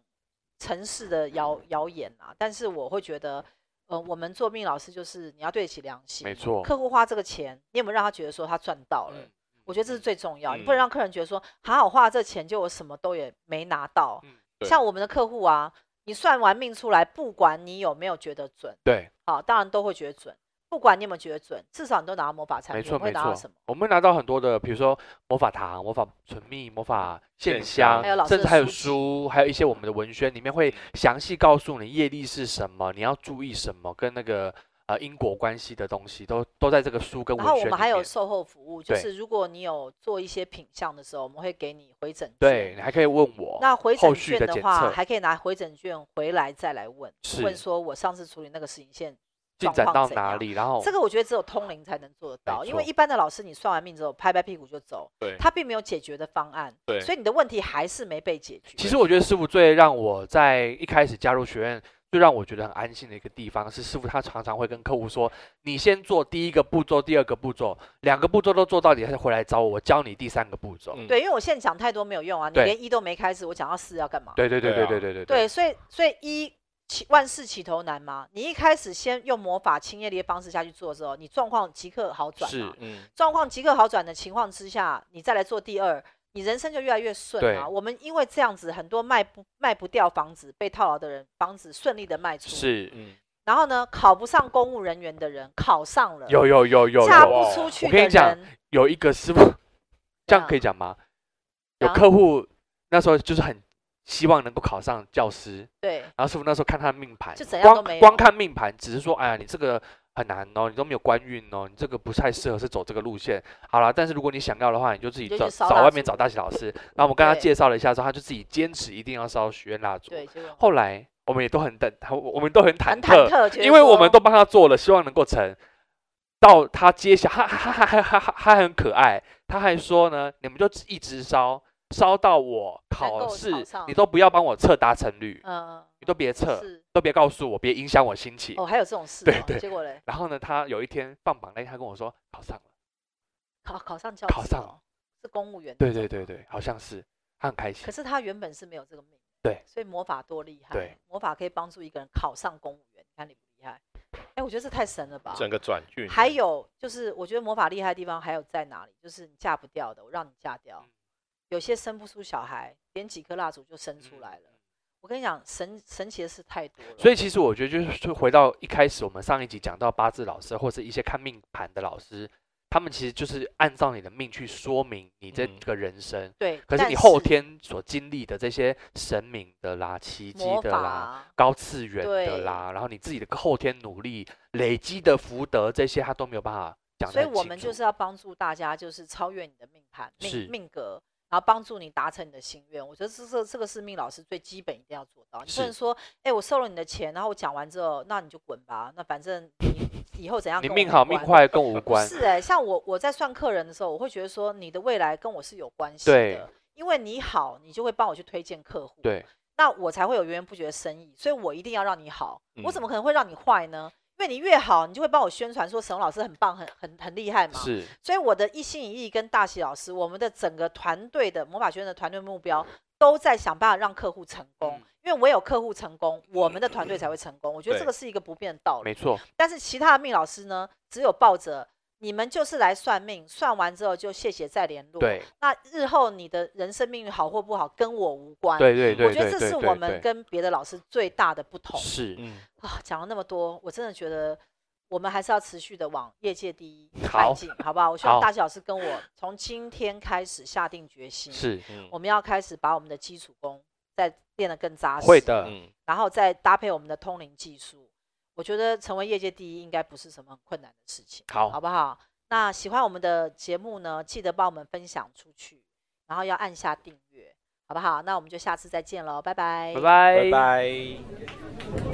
[SPEAKER 1] 城市的谣谣言啊，但是我会觉得，呃，我们做命老师就是你要对得起良心，
[SPEAKER 2] 没错
[SPEAKER 1] 客户花这个钱，你有没有让他觉得说他赚到了？
[SPEAKER 2] 嗯
[SPEAKER 1] 我觉得这是最重要，你不
[SPEAKER 3] 嗯
[SPEAKER 1] 能让客人觉得说，好，我花了这钱，就我什么都也没拿到。
[SPEAKER 2] 嗯
[SPEAKER 3] 对
[SPEAKER 1] 像我们的客户啊，你算完命出来，不管你有没有觉得准，
[SPEAKER 2] 对，
[SPEAKER 1] 啊，当然都会觉得准，不管你有没有觉得准，至少你都拿到魔法产
[SPEAKER 2] 没
[SPEAKER 1] 品，你
[SPEAKER 2] 错
[SPEAKER 1] 会
[SPEAKER 2] 没
[SPEAKER 1] 拿到
[SPEAKER 2] 错
[SPEAKER 1] 什么？，
[SPEAKER 2] 我们会拿到很多的，比如说魔法糖、魔法唇蜜、魔法线
[SPEAKER 3] 线香
[SPEAKER 2] 香
[SPEAKER 1] 还有老，师
[SPEAKER 2] 甚
[SPEAKER 1] 的
[SPEAKER 2] 至还有
[SPEAKER 1] 书籍
[SPEAKER 2] 书，还有一些我们的文宣里面会详细告诉你业力是什么，你要注意什么，跟那个呃因果关系的东西都都在这个书跟文
[SPEAKER 1] 然后
[SPEAKER 2] 宣里
[SPEAKER 1] 我
[SPEAKER 2] 面。
[SPEAKER 1] 们还有售后服务，就
[SPEAKER 2] 对
[SPEAKER 1] 是如果你有做一些品相的时候，我们会给你回诊券。
[SPEAKER 2] 对，你还可以问我。
[SPEAKER 1] 那回
[SPEAKER 2] 后
[SPEAKER 1] 诊
[SPEAKER 2] 续
[SPEAKER 1] 券
[SPEAKER 2] 的
[SPEAKER 1] 的
[SPEAKER 2] 检
[SPEAKER 1] 话，
[SPEAKER 2] 测
[SPEAKER 1] 还可以拿回诊券回来再来问，
[SPEAKER 2] 是
[SPEAKER 1] 问说我上次处理那个事情现
[SPEAKER 2] 进
[SPEAKER 1] 状
[SPEAKER 2] 展
[SPEAKER 1] 况
[SPEAKER 2] 到
[SPEAKER 1] 怎
[SPEAKER 2] 哪
[SPEAKER 1] 样
[SPEAKER 2] 里？然后
[SPEAKER 1] 这个我觉得只有通灵才能做得到，因为
[SPEAKER 2] 错
[SPEAKER 1] 一般的老师你算完命之后拍拍屁股就走，
[SPEAKER 3] 对
[SPEAKER 1] 他并没有解决的方案，
[SPEAKER 3] 对
[SPEAKER 1] 所以你的问题还是没被解决。
[SPEAKER 2] 其实我觉得师傅最让我在一开始加入学院，最让我觉得很安心的一个地方是，师傅他常常会跟客户说：“你先做第一个步骤，第二个步骤，两个步骤都做到，你还是回来找我，我教你第三个步骤。
[SPEAKER 3] 嗯
[SPEAKER 1] 对，因为我现在讲太多没有用啊，你
[SPEAKER 2] 对
[SPEAKER 1] 连一都没开始，我讲到四要干嘛？
[SPEAKER 2] 对对对
[SPEAKER 3] 对
[SPEAKER 2] 对
[SPEAKER 3] 啊
[SPEAKER 2] 对对对
[SPEAKER 1] 对，所以所以一起万事起头难嘛，你一开始先用魔法清业力的方式下去做之后，你状况即刻好转
[SPEAKER 2] 是
[SPEAKER 1] 嘛。
[SPEAKER 3] 嗯
[SPEAKER 1] 状况即刻好转的情况之下，你再来做第二，你人生就越来越顺啊。
[SPEAKER 2] 对
[SPEAKER 1] 我们因为这样子，很多卖不卖不掉房子被套牢的人，房子顺利的卖出。。
[SPEAKER 2] 是，
[SPEAKER 3] 嗯，
[SPEAKER 1] 然后呢，考不上公务人员的人考上了，
[SPEAKER 2] 有有有有
[SPEAKER 1] 嫁
[SPEAKER 2] 有
[SPEAKER 1] 嗯
[SPEAKER 2] 哦
[SPEAKER 3] 哇
[SPEAKER 1] 不出去
[SPEAKER 2] 我跟
[SPEAKER 1] 的
[SPEAKER 2] 你讲
[SPEAKER 1] 人，
[SPEAKER 2] 有一个师傅，这样可以讲吗？有
[SPEAKER 1] 讲
[SPEAKER 2] 客户那时候就是很希望能够考上教师，
[SPEAKER 1] 对
[SPEAKER 2] 然后师傅那时候看他的命盘，
[SPEAKER 1] 就怎样
[SPEAKER 2] 光
[SPEAKER 1] 都没有
[SPEAKER 2] 光看命盘，只是说，哎呀，你这个很难哦，你都没有官运哦，你这个不太适合是走这个路线。好啦，但是如果你想要的话，你就自己
[SPEAKER 1] 你就
[SPEAKER 2] 找
[SPEAKER 1] 去烧
[SPEAKER 2] 找
[SPEAKER 1] 蜡
[SPEAKER 2] 外面
[SPEAKER 1] 烛
[SPEAKER 2] 找大喜老师。然后我们跟他
[SPEAKER 1] 对
[SPEAKER 2] 介绍了一下之后，他就自己坚持一定要烧许愿蜡烛。
[SPEAKER 1] 对，就
[SPEAKER 2] 后来我们也都很等，我我们都很忐忑，
[SPEAKER 1] 很忐忑，觉得
[SPEAKER 2] 因为我们
[SPEAKER 1] 说
[SPEAKER 2] 都帮他做了，希望能够成。到他揭晓，他他还还还还很可爱，他还说呢，你们就一直烧，烧到我考
[SPEAKER 1] 够
[SPEAKER 2] 试
[SPEAKER 1] 考上，
[SPEAKER 2] 你都不要帮我测达成率，
[SPEAKER 1] 嗯，
[SPEAKER 2] 你都别测，
[SPEAKER 1] 是
[SPEAKER 2] 都别告诉我，别影响我心情。
[SPEAKER 1] 哦，还有这种事、哦，
[SPEAKER 2] 对对
[SPEAKER 1] 结果嘞，
[SPEAKER 2] 然后呢，他有一天放榜那天，他跟我说考上了，
[SPEAKER 1] 考考上教
[SPEAKER 2] 考
[SPEAKER 1] 职
[SPEAKER 2] 上
[SPEAKER 1] 哦是公务员，
[SPEAKER 2] 对对对。对，好像是，他很开心
[SPEAKER 1] 可。是他原本是没有这个命，
[SPEAKER 2] 对，
[SPEAKER 1] 所以魔法多厉害，
[SPEAKER 2] 对，
[SPEAKER 1] 魔法可以帮助一个人考上公务员，你看厉不厉害？哎，我觉得这太神了吧！
[SPEAKER 3] 嗯整个转运。
[SPEAKER 1] 还有就是，我觉得魔法厉害的地方还有在哪里？就是你嫁不掉的，我让你嫁掉。
[SPEAKER 2] 嗯
[SPEAKER 1] 有些生不出小孩，点几颗蜡烛就生出来了。我跟你讲，神神奇的事太多了。
[SPEAKER 2] 嗯所以其实我觉得就是就回到一开始我们上一集讲到八字老师或是一些看命盘的老师，他们其实就是按照你的命去说明你这
[SPEAKER 3] 嗯
[SPEAKER 2] 个人生。
[SPEAKER 1] 对，
[SPEAKER 2] 可是
[SPEAKER 1] 但
[SPEAKER 2] 你后天所经历的这些神明的啦、奇迹
[SPEAKER 1] 魔
[SPEAKER 2] 的
[SPEAKER 1] 法
[SPEAKER 2] 啦、
[SPEAKER 1] 啊
[SPEAKER 2] 高次元的
[SPEAKER 1] 对
[SPEAKER 2] 啦，然后你自己的后天努力累积的福德，这些他都没有办法讲得
[SPEAKER 1] 所以
[SPEAKER 2] 很清
[SPEAKER 1] 我
[SPEAKER 2] 楚。
[SPEAKER 1] 们就是要帮助大家，就是超越你的命盘、
[SPEAKER 2] 是
[SPEAKER 1] 命命格，然后帮助你达成你的心愿。我觉得这这这个是命老师最基本一定要做到。你
[SPEAKER 2] 是
[SPEAKER 1] 不能说，哎、我收了你的钱，然后我讲完之后，那你就滚吧，那反正 你以后怎样
[SPEAKER 2] 你
[SPEAKER 1] 跟我
[SPEAKER 2] 命
[SPEAKER 1] 无
[SPEAKER 2] 好命
[SPEAKER 1] 关
[SPEAKER 2] 坏跟我无
[SPEAKER 1] 不
[SPEAKER 2] 关。
[SPEAKER 1] 是哎、像我我在算客人的时候，我会觉得说你的未来跟我是有关系
[SPEAKER 2] 对
[SPEAKER 1] 的，因为你好，你就会帮我去推荐客户，，
[SPEAKER 2] 对，
[SPEAKER 1] 那我才会有源源不绝的生意，所以我一定要让你好，我怎
[SPEAKER 3] 嗯
[SPEAKER 1] 么可能会让你坏呢？因为你越好，你就会帮我宣传说沈老师很棒、很很很厉害嘛。
[SPEAKER 2] 是
[SPEAKER 1] 所以我的一心一意跟大喜老师，我们的整个团队的魔法学院的团队目标，都在想办法让客户成功。
[SPEAKER 2] 嗯
[SPEAKER 1] 因为唯有客户成功，我们的团队才会成功。我觉得这
[SPEAKER 3] 对
[SPEAKER 1] 个是一个不变的道理。
[SPEAKER 2] 没错，
[SPEAKER 1] 但是其他的命老师呢，只有抱着你们就是来算命，算完之后就谢谢再联络。，
[SPEAKER 2] 对
[SPEAKER 1] 那日后你的人生命运好或不好跟我无关。，
[SPEAKER 2] 对对对
[SPEAKER 1] 我觉得
[SPEAKER 2] 对
[SPEAKER 1] 这
[SPEAKER 2] 对
[SPEAKER 1] 是
[SPEAKER 2] 对
[SPEAKER 1] 我们
[SPEAKER 2] 对
[SPEAKER 1] 跟别的老师最大的不同
[SPEAKER 2] 是
[SPEAKER 3] 嗯，
[SPEAKER 1] 啊。讲了那么多，我真的觉得。我们还是要持续的往业界第一
[SPEAKER 2] 好
[SPEAKER 1] 迈进，好不好？我希望
[SPEAKER 2] 好
[SPEAKER 1] 大喜老师跟我从今天开始下定决心，
[SPEAKER 2] 是
[SPEAKER 3] 嗯
[SPEAKER 1] 我们要开始把我们的基础功再练得更扎实。
[SPEAKER 2] 会的，
[SPEAKER 3] 嗯
[SPEAKER 1] 然后再搭配我们的通灵技术，我觉得成为业界第一应该不是什么很困难的事情，好
[SPEAKER 2] 好，
[SPEAKER 1] 不好？那喜欢我们的节目呢，记得帮我们分享出去，然后要按下订阅，好不好？那我们就下次再见喽，拜拜，
[SPEAKER 2] 拜拜
[SPEAKER 3] 拜拜。